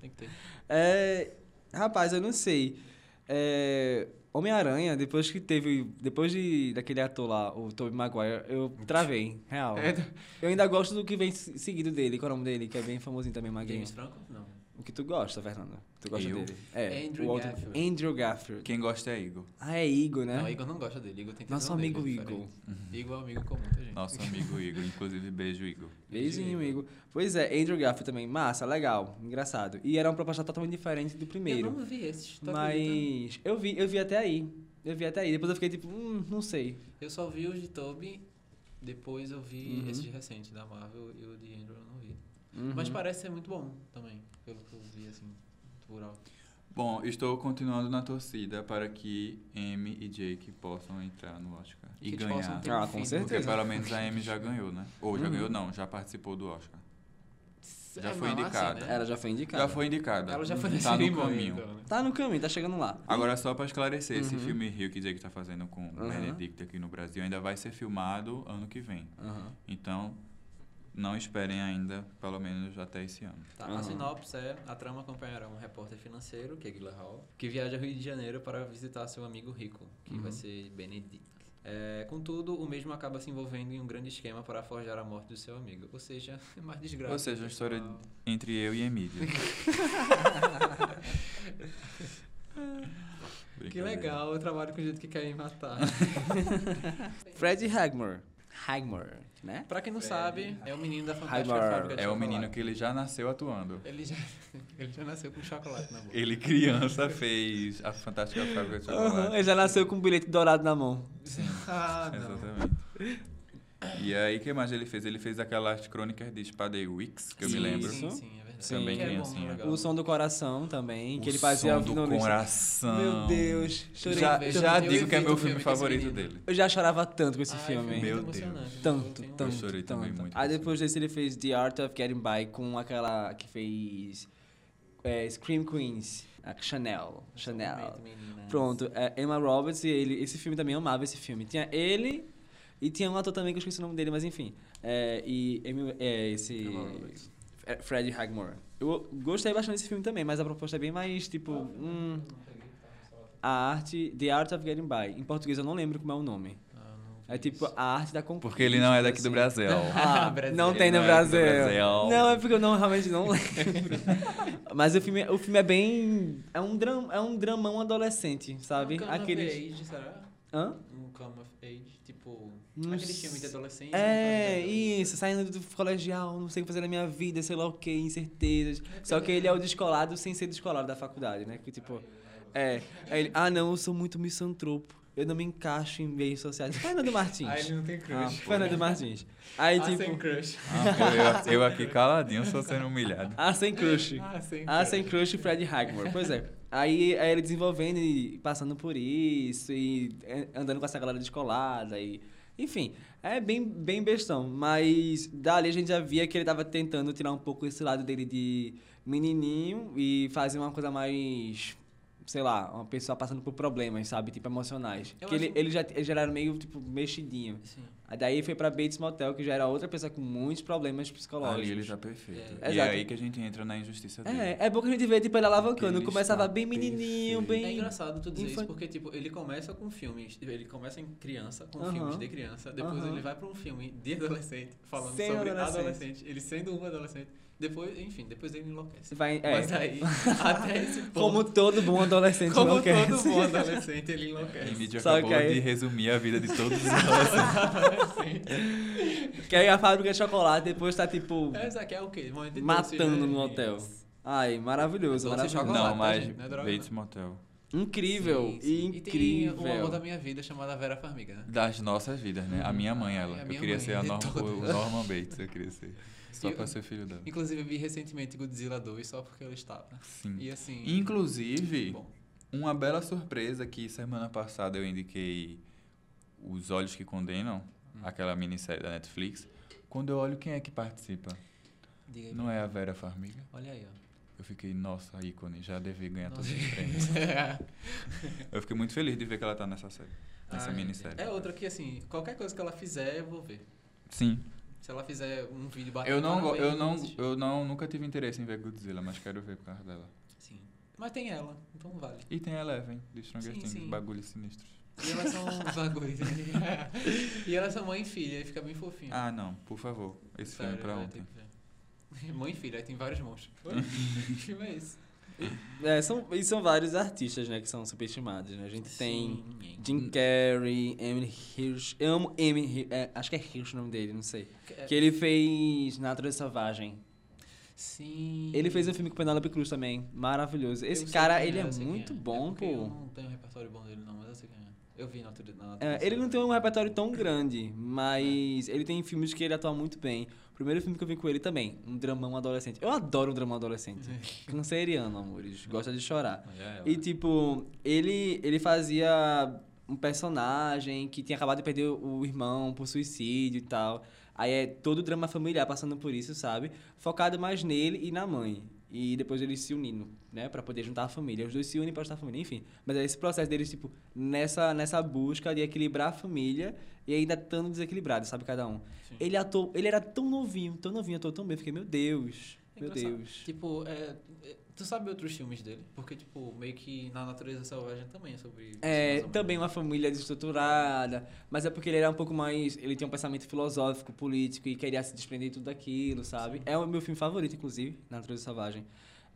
C: Tem que ter.
A: É, rapaz, eu não sei. É, Homem-Aranha, depois que teve, depois de, daquele ator lá, o Tobey Maguire, eu travei, real. Eu ainda gosto do que vem se- seguido dele, qual é o nome dele, que é bem famosinho também, magrinho.
C: James Franco? Não.
A: O que tu gosta, Fernando? Tu gosta
B: Eu?
A: dele? É,
C: Andrew
A: o outro-
C: Garfield.
A: Andrew Garfield.
B: Quem gosta é Igor,
A: Ah, é Igor, né?
C: Não, Igor não gosta dele. Igor tem que
A: Nosso amigo Igor.
C: Igor é amigo comum, tá, gente?
B: nosso amigo Igor. Inclusive, beijo, Igor.
A: Beijinho, Igor. Pois é, Andrew Garfield também. Massa, legal, engraçado. E era uma proposta totalmente diferente do primeiro.
C: Eu não vi esses. tá tu acredita?
A: Mas eu vi, eu vi até aí. Eu vi até aí. Depois eu fiquei tipo, hum, não sei.
C: Eu só vi os de Toby, depois eu vi
A: Uhum.
C: esse de recente da Marvel e o de Andrew eu não vi.
A: Uhum.
C: Mas parece ser muito bom também, pelo que eu vi assim, por alto.
B: Bom, estou continuando na torcida para que Amy e Jake possam entrar no Oscar
C: E
B: e,
C: que eles possam
B: ganhar.
C: ter
A: Ah, com
C: um fim do-
B: Porque
A: certeza.
B: pelo menos a Amy já ganhou, né? Ou já
A: Uhum.
B: ganhou, não, já participou do Oscar. Já
C: É,
B: foi
C: mas
B: indicada.
C: assim, né?
A: Ela já foi indicada.
B: Já foi indicada.
C: Ela já foi nesse
B: Tá no
C: limbo aí,
B: caminho.
C: então, né?
A: Tá no caminho, tá chegando lá.
B: Agora, só para esclarecer, esse
A: Uhum.
B: filme Rio que Jake tá fazendo com o
A: Uhum.
B: Benedict aqui no Brasil ainda vai ser filmado ano que vem.
A: Aham.
B: Então, não esperem ainda, pelo menos até esse ano.
C: Tá,
A: Aham.
C: A sinopse é: a trama acompanhará um repórter financeiro, que é Guilherme Hall, que viaja ao Rio de Janeiro para visitar seu amigo rico, que
B: Uhum.
C: vai ser Benedict. É, contudo, o mesmo acaba se envolvendo em um grande esquema para forjar a morte do seu amigo. Ou seja, é mais desgraça.
B: Ou seja, uma história
C: pessoal.
B: entre eu e Emília.
C: *laughs*
B: *laughs*
C: Que
B: Brincadeira.
C: legal, eu trabalho com o jeito que
B: *laughs*
C: querem matar.
A: Fred Hagmore. Hagmore, né?
C: pra quem não sabe, é o menino da Fantástica
A: Highmar.
C: Fábrica de
B: É o
C: Chocolate.
B: menino que ele já nasceu atuando.
C: Ele já, *laughs* ele já nasceu com chocolate na boca.
B: Ele criança fez a fantástica fábrica de chocolate.
A: Aham, Uhum. Ele já nasceu com um bilhete dourado na mão.
C: *laughs* ah, não.
B: Exatamente. E aí, o que mais ele fez? Ele fez aquelas crônicas de Espada e Wix, que eu me
A: Sim,
B: lembro.
A: sim.
C: Sim, sim, é verdade.
A: Também
C: Que é bom,
B: criancinha.
C: legal.
A: O som do coração também, que
B: O
A: ele fazia
B: som do
A: violonista.
B: coração.
A: Meu Deus, chorei.
B: Já,
A: tanto.
B: já
C: Eu
B: digo que é
C: evito
B: meu
C: o filme
B: filme
C: com esse
B: favorito
C: menino.
B: dele.
A: Eu já chorava tanto com esse
C: Ai, foi
A: filme.
C: muito
B: Meu
C: emocionante. Eu
A: Tanto,
C: tenho-
A: tanto.
B: Eu chorei também
A: tanto.
B: muito
A: Aí
B: com esse
A: depois desse ele fez The Art of Getting By com aquela que fez é, Scream Queens, a Chanel. Chanel.
C: Exatamente, meninas.
A: Pronto, é, Emma Roberts e ele. Esse filme também eu amava esse filme. Tinha ele e tinha um ator também que eu esqueci o nome dele, mas enfim. É, e Amy- é, esse.
C: Emma Roberts.
A: Fre- Fred é Hagmore. Eu gostei bastante desse filme também, mas a proposta é bem mais tipo. hum, a arte The Art of Getting By. Em português eu não lembro como é o nome.
C: Ah, não vi
A: É tipo
C: isso.
A: a arte da conquista.
B: Porque ele não é daqui do
A: assim. *laughs*
B: Brasil. *laughs*
A: Ah,
C: Brasil.
A: não tem no
B: Não é
A: Brasil.
B: do Brasil.
A: Não, é porque eu não, realmente não lembro. *laughs* Mas o filme, o filme é bem. É um, dram, é um dramão adolescente, sabe?
C: Um come
A: Aqueles.
C: of age, será?
A: Hã?
C: Um come of age, tipo...
A: Não
C: aquele
A: s-
C: filme de adolescente.
A: É,
C: né?
A: isso, saindo do colegial, não sei o que fazer na minha vida, sei lá o que, incertezas. Só que ele é o descolado sem ser descolado da faculdade, né? Que tipo. É. Aí ele, ah, não, eu sou muito misantropo. Eu não me encaixo em meios sociais. Fernando Martins.
C: Ah, ele não tem
A: Ah,
C: crush.
A: Fernando Martins. Aí,
C: ah,
A: tipo.
C: sem crush.
B: Ah, eu, eu aqui caladinho, só sendo humilhado.
A: Ah, sem crush.
C: Ah, sem
A: Ah, sem crush e Fred Highmore. Pois é. Aí, aí ele desenvolvendo e passando por isso, e é, andando com essa galera descolada, e... Enfim, é bem, bem bestão. Mas dali a gente já via que ele tava tentando tirar um pouco esse lado dele de menininho e fazer uma coisa mais... Sei lá, uma pessoa passando por problemas, sabe? Tipo, emocionais.
C: Eu
A: que ele,
C: acho-
A: ele, já, ele já era meio, tipo, mexidinho.
C: Sim.
A: Aí daí foi pra Bates Motel, que já era outra pessoa com muitos problemas psicológicos.
B: Ali ele tá perfeito.
A: É.
B: E é
A: Exato.
B: aí que a gente entra na injustiça dele.
A: É, é bom que a gente vê, tipo, ele alavancando.
B: Ele
A: Começava
B: está
A: bem menininho,
B: perfeito.
C: É
A: bem...
C: engraçado tu dizer
A: Infan-
C: isso, porque tipo, ele começa com filmes, ele começa em criança, com
A: Aham.
C: filmes de criança, depois
A: Aham.
C: ele vai pra um filme de adolescente, falando
A: Sendo
C: sobre
A: adolescente.
C: adolescente. ele sendo um adolescente, depois, enfim, depois ele enlouquece.
A: Vai, é. *laughs*
C: Mas aí, até esse ponto,
A: como todo bom adolescente
C: como
A: não quer.
C: todo bom adolescente, ele
B: E
C: enlouquece.
B: mídia
A: Só
B: acabou
A: que aí-
B: de resumir a vida de
A: *laughs*
B: todos os adolescentes.
A: que aí a fábrica de chocolate depois tá, tipo,
C: Essa aqui é o quê? Momento de doces,
A: matando
C: né?
A: no hotel. Ai, maravilhoso,
C: Doce de
A: maravilhoso.
C: chocolate.
B: Não, mas
C: gente, não é droga,
B: Bates Motel.
A: Incrível,
C: Sim, sim. E tem o amor
A: incrível.
C: da minha vida chamada Vera Farmiga, né?
B: Das nossas vidas, né? A minha mãe, ela.
C: Uhum. Ah, é A
B: Eu
C: minha
B: queria
C: mãe,
B: ser a
C: de
B: Norma, o
C: todas.
B: Norman Bates, eu queria
C: *laughs*
B: ser. Só
C: E-
B: pra ser filho dela.
C: Inclusive, eu vi recentemente Godzilla 2 só porque eu estava.
B: Sim.
C: E assim.
B: Inclusive,
C: Bom,
B: uma bela surpresa que semana passada eu indiquei Os Olhos que Condenam,
C: Hum.
B: aquela minissérie da Netflix. Quando eu olho quem é que participa,
C: diga aí.
B: não é a Vera Farmiga?
C: Olha aí, ó.
B: Eu fiquei, nossa, ícone, já devia ganhar todos
C: Nossa. *laughs*
B: os prêmios. Eu fiquei muito feliz de ver que ela tá nessa série, nessa
C: Ah,
B: minissérie.
C: É outra que, assim, qualquer coisa que ela fizer, eu vou ver.
B: Sim.
C: Se ela fizer um vídeo batendo.
B: Eu não, go-
C: parabéns,
B: eu não,
C: assisto.
B: eu não, nunca tive interesse em ver Godzilla, mas quero ver por causa dela.
C: Sim. Mas tem ela, então vale.
B: E tem Eleven, de Stranger
C: Sim,
B: Things,
C: sim.
B: bagulhos sinistros.
C: E elas *laughs* são bagulho. e elas são mãe e filha, aí fica bem fofinho.
B: Ah, não, por favor, esse filme é pra
C: vai ter
B: ontem.
C: que ver. *laughs* Mãe e filha, aí tem vários monstros. *laughs* Oi? que filme é esse?
A: É, são, e são vários artistas, né, que são superestimados, né? A gente tem
C: Sim. Hum.
A: Jim Carrey, Emily Hirsch. Eu amo Emily é, acho que é Hirsch o nome dele, não sei.
C: É.
A: Que ele fez Natureza Selvagem.
C: Sim.
A: Ele fez um filme com Penélope Cruz também, maravilhoso.
C: Eu
A: Esse
C: sei
A: cara,
C: quem
A: ele é
C: eu sei quem
A: muito
C: é.
A: bom,
C: É porque Eu
A: pô.
C: não tenho um repertório bom dele, não, mas eu sei quem é. Eu vi na outra. Na
A: É, ele não tem um repertório tão
C: É.
A: grande, mas ele tem filmes que ele atua muito bem. O primeiro filme que eu vi com ele também, um dramão adolescente. Eu adoro um dramão adolescente.
C: É.
A: Canceriano, amores. Gosta de chorar. E tipo, ele, ele fazia um personagem que tinha acabado de perder o irmão por suicídio e tal. Aí é todo o drama familiar passando por isso, sabe? Focado mais nele e na mãe. E depois eles se unindo, né? Pra poder juntar a família. Os dois se unem pra juntar a família, enfim. Mas é esse processo deles, tipo, nessa, nessa busca de equilibrar a família e ainda estando desequilibrado, sabe? Cada um.
C: Sim.
A: Ele atuou, ele era tão novinho, tão novinho, atuou tão bem. Eu Fiquei, meu Deus,
C: É
A: meu
C: engraçado.
A: Deus.
C: Tipo, é, é, tu sabe outros filmes dele? Porque, tipo, meio que na natureza selvagem também é sobre. isso, mais
A: É,
C: ou menos.
A: também uma família desestruturada, mas é porque ele era um pouco mais. Ele tinha um pensamento filosófico, político e queria se desprender de tudo daquilo, sabe? É o meu filme favorito, inclusive, Natureza Selvagem.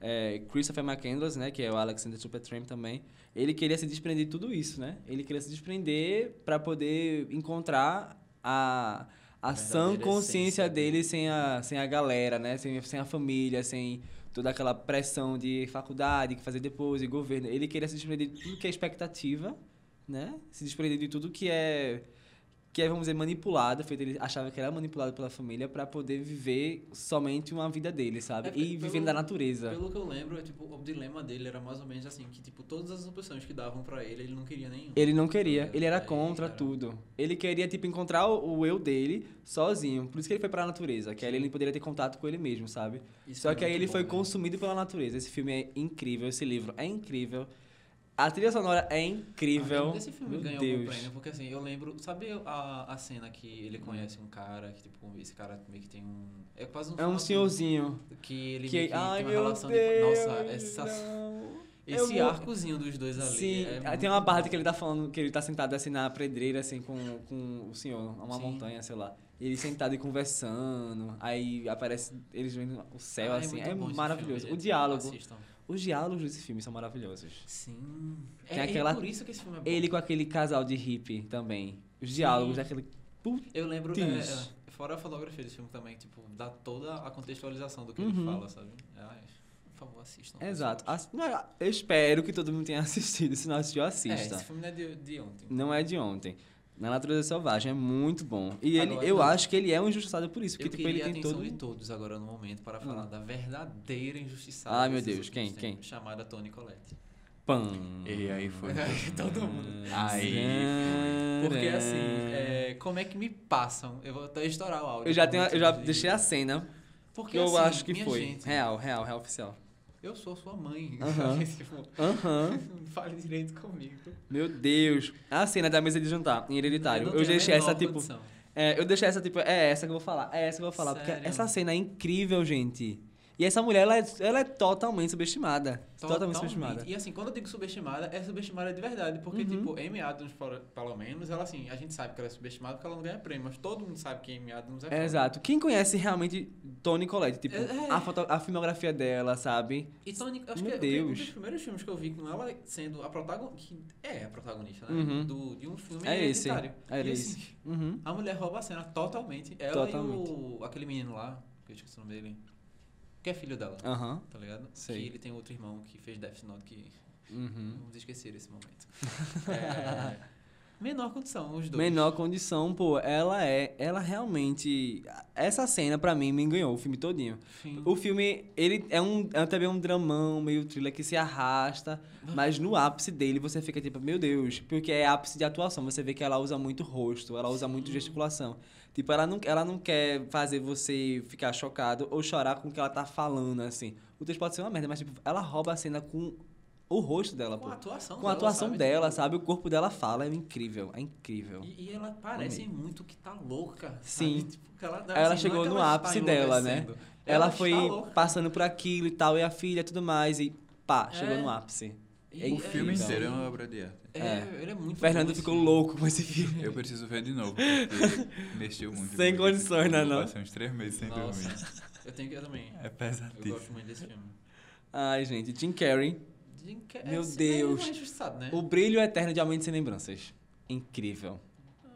A: É, Christopher McCandless, né, que é o Alexander Supertramp também, ele queria se desprender de tudo isso, né? Ele queria se desprender para poder encontrar a, a sã
D: Verdadeira
A: consciência
D: essência
A: dele sem a, sem a galera, né? Sem, sem a família, sem toda aquela pressão de faculdade, que fazer depois, e governo. Ele queria se desprender de tudo que é expectativa, né? Se desprender de tudo que é que é, vamos dizer, manipulado, feito ele achava que era manipulado pela família para poder viver somente uma vida dele, sabe?
C: É,
A: e
C: pelo-
A: vivendo da natureza.
C: Pelo que eu lembro, é, tipo, o dilema dele era mais ou menos assim: que, tipo, todas as opções que davam pra ele, ele não queria nenhum.
A: Ele não queria, ele era
C: Aí,
A: contra
C: cara.
A: tudo. Ele queria, tipo, encontrar o, o eu dele sozinho. Por isso que ele foi pra natureza, que aí ele poderia ter contato com ele mesmo, sabe?
C: Isso
A: Só
C: é
A: que aí
C: muito
A: ele
C: bom,
A: foi
C: né?
A: consumido pela natureza. Esse filme é incrível, esse livro é incrível. A trilha sonora é incrível.
C: Ah, Esse filme
A: Meu
C: ganhou algum
A: Deus. Hum.
C: prêmio, porque assim, eu lembro. Sabe a, a cena que ele conhece um cara, que tipo, esse cara meio que tem um. É quase um.
A: É um
C: fanatismo,
A: senhorzinho.
C: Que ele
A: Que,
C: meio que
A: ai,
C: tem uma
A: meu
C: relação
A: Deus,
C: de. Nossa, essa.
A: não.
C: Esse
A: Eu-
C: arcozinho dos dois ali.
A: Sim,
C: é
A: aí tem
C: muito
A: uma parte
C: bom.
A: que ele tá falando que ele tá sentado assim na pedreira, assim, com, com o senhor, uma
C: Sim.
A: montanha, sei lá. E ele sentado e conversando, aí aparece eles vendo o céu,
C: Ah,
A: assim.
C: muito
A: É,
C: bom esse
A: maravilhoso.
C: filme,
A: o
C: gente.
A: diálogo.
C: Assistam.
A: Os diálogos desse filme são maravilhosos.
C: Sim. É,
A: Tem
C: é
A: aquela-
C: por isso que esse filme é bom.
A: Ele com aquele casal de hippie também. Os diálogos
C: Sim.
A: daquele.
C: Eu lembro, é,
A: Diz.
C: é, fora a fotografia desse filme também, tipo, dá toda a contextualização do que ele
A: Uhum.
C: fala, sabe? É, Ai, por favor, assistam.
A: Exato. Ass- não, Eu espero que todo mundo tenha *laughs* assistido. Se não assistiu,
C: É,
A: assista.
C: esse filme não é de, de ontem.
A: Não é de ontem. Na natureza selvagem é muito bom. E ele,
C: Agora,
A: eu
C: não.
A: acho que ele é um injustiçado por isso,
C: Eu
A: porque tipo, ele
C: queria a
A: tem
C: atenção
A: todo.
C: de todos agora no momento para falar
A: Hum.
C: da verdadeira injustiçada.
A: Ai, meu
C: desses
A: Deus,
C: últimos
A: quem,
C: tempos, Chamada
A: *laughs*
C: Tony Collette.
A: Pam.
C: Tipo,
B: E aí foi.
C: Todo mundo.
B: Aí foi.
A: Ah,
C: Porque assim, é, como é que me passam? Eu vou até estourar o áudio.
A: Eu já,
C: por
A: tenho,
C: motivo
A: eu já
C: de-
A: deixei a cena,
C: Porque
A: que eu
C: assim,
A: acho que
C: minha
A: foi.
C: gente,
A: Real, real, real oficial.
C: Eu sou sua mãe.
A: Aham.
C: sabe? *laughs* Tipo, *laughs*
A: Aham.
C: Fale direito comigo.
A: Meu Deus. A cena da mesa de jantar, em hereditário.
C: não
A: Eu,
C: tenho a
A: deixei essa,
C: menor
A: tipo.
C: condição.
A: É, eu deixei essa, tipo, é essa que eu vou falar, é essa que eu vou falar. Porque
C: Sério?
A: essa cena é incrível, gente. E essa mulher, ela é, ela é totalmente subestimada. Totalmente, subestimada.
C: Então, E assim, quando eu digo subestimada, é subestimada de verdade. Porque,
A: Uhum.
C: tipo, Amy Adams, por- pelo menos, ela assim, a gente sabe que ela é subestimada porque ela não ganha prêmio, mas todo mundo sabe que Amy Adams é foda.
A: É, exato. Quem conhece realmente Toni Collette, tipo,
C: É, é.
A: A, foto, a filmografia dela, sabe?
C: E Tony, acho
A: Meu
C: que é um
A: Deus.
C: dos primeiros filmes que eu vi com ela sendo a protagonista. Que é a protagonista, né?
A: Uhum.
C: Do, de um filme
A: É esse.
C: hereditário.
A: Era
C: E, assim,
A: Uhum.
C: A mulher rouba a cena totalmente. Ela
A: Totalmente.
C: e o, aquele menino lá, que eu esqueci o nome dele, que é filho dela,
A: Aham.
C: tá ligado?
A: Ah, Sei.
C: Que ele tem outro irmão que fez Death Note que...
A: Uhum.
C: Vamos esquecer esse momento. Hum? *laughs* É, menor condição, os dois.
A: Menor condição, pô, ela é, ela realmente, essa cena pra mim me ganhou o filme todinho.
C: Sim.
A: O filme, ele é um, é também um dramão, meio thriller que se arrasta, mas no ápice dele você fica tipo, meu Deus, porque é ápice de atuação, você vê que ela usa muito rosto, ela usa muito gesticulação. Tipo, ela não, ela não quer fazer você ficar chocado ou chorar com o que ela tá falando, assim. O texto pode ser uma merda, mas tipo, ela rouba a cena com o rosto dela,
C: com
A: pô.
C: a atuação
A: Com a atuação
C: sabe?
A: dela,
C: Tipo,
A: sabe? O corpo dela fala, é incrível, é incrível.
C: E, e ela parece muito que tá louca. sabe?
A: Sim.
C: Tipo, que ela,
A: Ela chegou
C: não é que
A: no
C: ela está
A: ápice dela, né?
C: enlouquecendo.
A: Ela,
C: está
A: foi
C: tá louca.
A: passando por aquilo e tal, e a filha e tudo mais, e pá,
C: É.
A: chegou no ápice.
C: E
A: É
B: O
A: incrível.
B: filme
C: Então.
B: inteiro é uma obra de arte.
C: É,
A: É.
C: ele é muito bom
A: Fernando
C: esse
A: ficou
C: filme.
A: louco com esse filme.
B: Eu preciso ver de novo,
C: *laughs*
B: porque mexeu muito.
A: Sem
B: comigo.
A: condições, né, não?
B: Passei uns três meses sem
C: Nossa.
B: dormir.
C: Eu tenho que eu também.
B: É
C: Eu
B: pesadíssimo.
C: gosto muito desse filme.
A: Ai, gente, Jim Carrey.
C: Jim Carrey-
A: Meu
C: esse daí
A: Deus.
C: Não é injustiçado, né?
A: O Brilho Eterno de Amanhã Sem Lembranças. Incrível.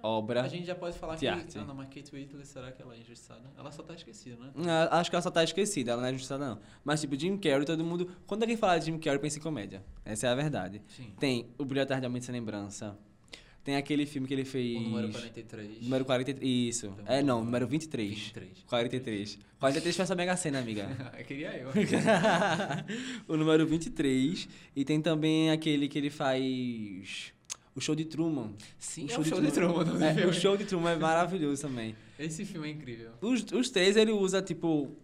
A: Obra.
C: A gente já pode falar
A: de
C: que.
A: arte.
C: Ah, não, mas Kate Whitley, será que ela é injustiçada? Ela só tá esquecida, né?
A: Ah, Acho que ela só tá esquecida, ela não é ajustada não. Mas, tipo, Jim Carrey, todo mundo. Quando alguém fala de Jim Carrey, pensa em comédia. Essa é a verdade.
C: Sim.
A: Tem O Brilho Eterno de Amanhã Sem Lembrança. Tem aquele filme que ele fez.
C: O número 43.
A: Número 43. Isso.
C: Então,
A: é, não,
C: vamos lá.
A: número 23.
C: 23.
A: 43. 43 foi essa mega cena, amiga. *laughs*
C: Queria *laughs* eu.
A: o número 23. E tem também aquele que ele faz. O show de Truman.
C: Sim, é o show de Truman. não
A: É,
C: viu?
A: o show de Truman é maravilhoso também.
C: Esse filme é incrível.
A: Os, os três ele usa, tipo,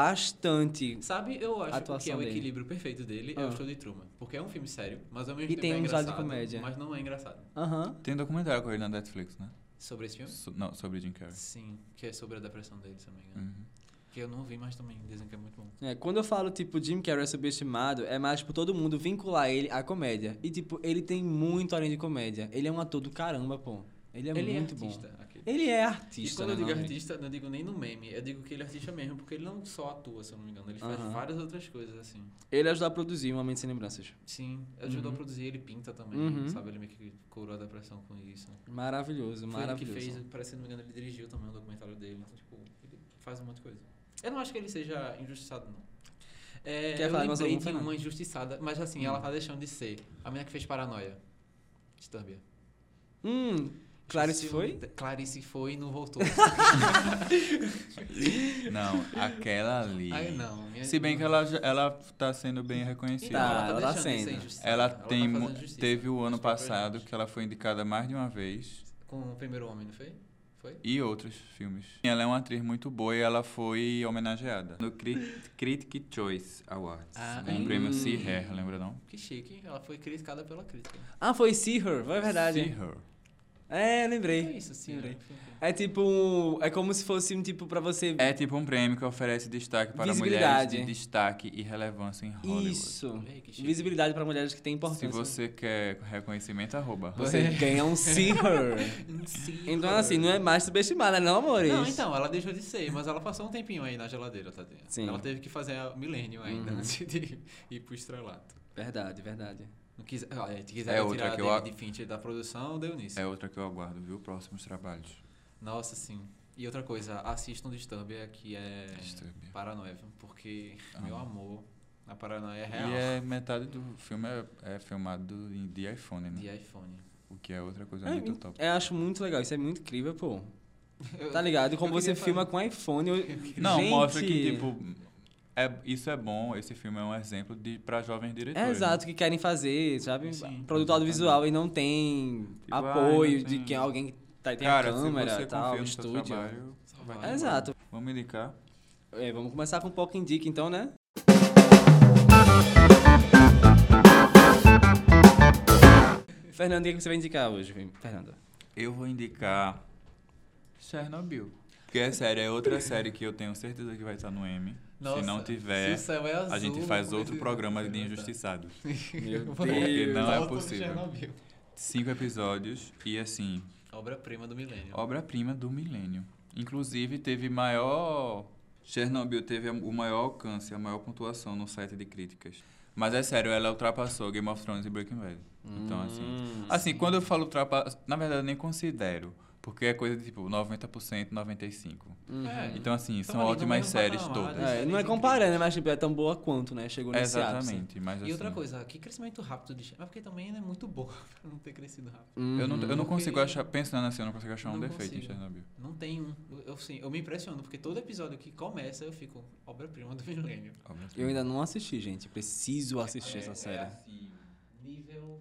A: bastante.
C: Sabe, eu
A: A
C: acho
A: atuação
C: que é o
A: dele.
C: equilíbrio perfeito dele é
A: Ah.
C: o show de Truman. Porque é um filme sério, mas ao mesmo
A: E
C: tempo
A: tem
C: é
A: um lado de
C: engraçado.
A: comédia.
C: Mas não é engraçado.
A: Aham.
B: Tem um documentário com ele na Netflix, né?
C: Sobre esse filme?
B: So- não, sobre Jim Carrey.
C: Sim, que é sobre a depressão dele, se eu não me
A: Hum.
C: engano.
B: Uhum.
C: Que eu não vi, mas também dizem que é muito bom.
A: É, quando eu falo, tipo, Jim Carrey é subestimado, é mais, tipo, todo mundo vincular ele à comédia. E, tipo, ele tem muito além de comédia. Ele é um ator do caramba, pô. Ele é
C: ele
A: muito
C: é artista.
A: bom.
C: Aquele.
A: Ele é
C: E
A: artista.
C: quando
A: né,
C: eu digo
A: não,
C: artista, não digo nem no meme, eu digo que ele é artista mesmo, porque ele não só atua, se eu não me engano, ele faz
A: Aham.
C: várias outras coisas, assim.
A: Ele ajudou a produzir Uma Mente Sem Lembranças.
C: Sim, ajudou
A: Uhum.
C: a produzir, ele pinta também,
A: Uhum.
C: sabe? Ele meio que curou a depressão com isso.
A: Maravilhoso,
C: Foi ele que
A: maravilhoso.
C: fez, parece, se não me engano, ele dirigiu também um documentário dele. Então, tipo, ele faz um monte de coisa. Eu não acho que ele seja injustiçado, não. É,
A: Quer
C: eu
A: falar mais Hum.
C: lembrei
A: algum,
C: de
A: Fernando?
C: uma injustiçada, mas assim, ela tá deixando de ser. A menina que fez Paranoia. Distúrbia.
A: Hum, Clarice
C: Esqueci o nome
A: foi?
C: da- Clarice foi e não
A: *laughs*
C: voltou.
B: Não,
C: *laughs*
B: aquela ali.
C: Ai, não. minha-
B: Se bem que ela, já- ela tá sendo bem
C: Então,
B: reconhecida.
A: Tá, ela tá
C: deixando de ser
A: sendo.
C: injustiçada,
B: Ela,
C: tá
B: tem,
C: fazendo
B: mu-
C: justiça tá
B: teve o
C: com
B: ano
C: os próprios
B: passado
C: nomes.
B: que ela foi indicada mais de uma vez
C: Com o primeiro homem, não foi? Foi?
B: e outros filmes. Ela é uma atriz muito boa e ela foi homenageada no Crit- Critic Choice Awards.
C: Ah,
B: um
A: hum.
B: prêmio See Her, lembra não?
C: Que chique, ela foi criticada pela crítica.
A: Ah, foi See Her, foi verdade.
B: See Her.
A: É,
C: É
A: lembrei.
C: isso, né? sim.
A: Lembrei. É tipo um. É como se fosse um tipo pra você.
B: É tipo um prêmio que oferece destaque para mulheres
A: Visibilidade.
B: de destaque e relevância em Hollywood.
A: Isso.
C: Ei, que chique.
A: Visibilidade pra mulheres que têm
B: Se
A: importância.
B: você quer reconhecimento, arroba.
A: Você *laughs*
B: *laughs*
A: ganha um see her. Então, assim, não é mais subestimada, não, amores?
C: Não, então, ela deixou de ser, mas ela passou um tempinho aí na geladeira, tadinha.
A: Sim.
C: Ela teve que fazer a milênio ainda
A: Uhum.
C: antes de *laughs* ir pro estrelato.
A: Verdade, verdade.
C: Não quiser, ah, é, se quiser
B: É
C: tirar
B: outra que eu
C: David Fincher da produção, deu nisso.
B: É outra que eu aguardo, viu? Próximos trabalhos.
C: Nossa, sim. E outra coisa, assistam Disturbia, que é
B: Disturbia.
C: Paranoia, viu? porque,
B: Ah.
C: meu amor, a Paranoia é real.
B: E é metade do filme é, é filmado em- de iPhone, né?
C: De
B: *laughs*
C: iPhone.
B: O que é outra coisa
A: É,
B: muito top.
A: Eu acho muito legal, isso é muito incrível, pô.
C: Eu-
A: Tá ligado?
C: eu
A: Como você
C: queria
A: filma
C: fazer-
A: com iPhone. eu-
B: Não,
A: Gente,
B: mostra que, tipo, é, isso é bom, esse filme é um exemplo de, pra jovens diretores.
A: É
B: né?
A: exato, que querem fazer, sabe?
B: Sim,
A: Produto audiovisual e não tem
B: Tipo,
A: apoio
B: ai,
A: de
B: não tem-
A: quem alguém tá, tem
B: Cara,
A: a câmera
B: se você
A: tal,
B: confia
A: o
B: no seu
A: estúdio.
B: trabalho,
C: Só
B: vai
C: vai.
B: dar
A: É, exato.
B: bom. Vamos indicar?
A: É, vamos começar com um pouco indica então, né? Fernando, o que que você vai indicar hoje, Fernando?
B: Eu vou indicar Chernobyl. Porque é série, é outra série que eu tenho certeza que vai estar no M.
C: Nossa,
B: se não
C: se
B: tiver,
C: o céu é azul,
B: a gente faz
C: como
B: outro
C: ele-
B: programa
C: *laughs*
B: de
C: Vai dar.
B: Injustiçados.
A: Meu
B: Porque
A: Deus.
B: não é
C: Volta do
B: possível.
C: Chernobyl.
B: Cinco episódios e, assim,
C: Obra-prima do milênio.
B: obra-prima do milênio. Inclusive, teve maior... Chernobyl teve a- o maior alcance, a maior pontuação no site de críticas. Mas é sério, ela ultrapassou Game of Thrones e Breaking Bad. Então, assim,
A: Hum.
B: Assim, quando eu falo ultrapassou, na verdade eu nem considero, porque é coisa de tipo 90%, 95%.
A: Uhum.
C: É,
B: Então, assim,
C: Tamo
B: são
C: ali no
B: ótimas
C: mesmo
B: séries
C: patamar,
B: todas.
C: né?
A: É, não é comparando, né? mas tipo, é tão boa quanto, né? Chegou nesse ápice.
B: Exatamente, mas assim,
C: E outra coisa, que crescimento rápido de Mas porque também ela é muito boa *laughs* pra não ter crescido rápido.
B: Eu não, eu não
A: Uhum.
C: Porque-
B: consigo achar, pensando assim, eu não consigo achar um
C: Não
B: defeito em
C: consigo.
B: Chernobyl.
C: Não tem um. Eu, eu, sim, eu me impressiono, porque todo episódio que começa eu fico obra-prima do milênio.
A: Eu ainda não assisti, gente. Preciso assistir
B: É,
A: essa série.
C: Nível.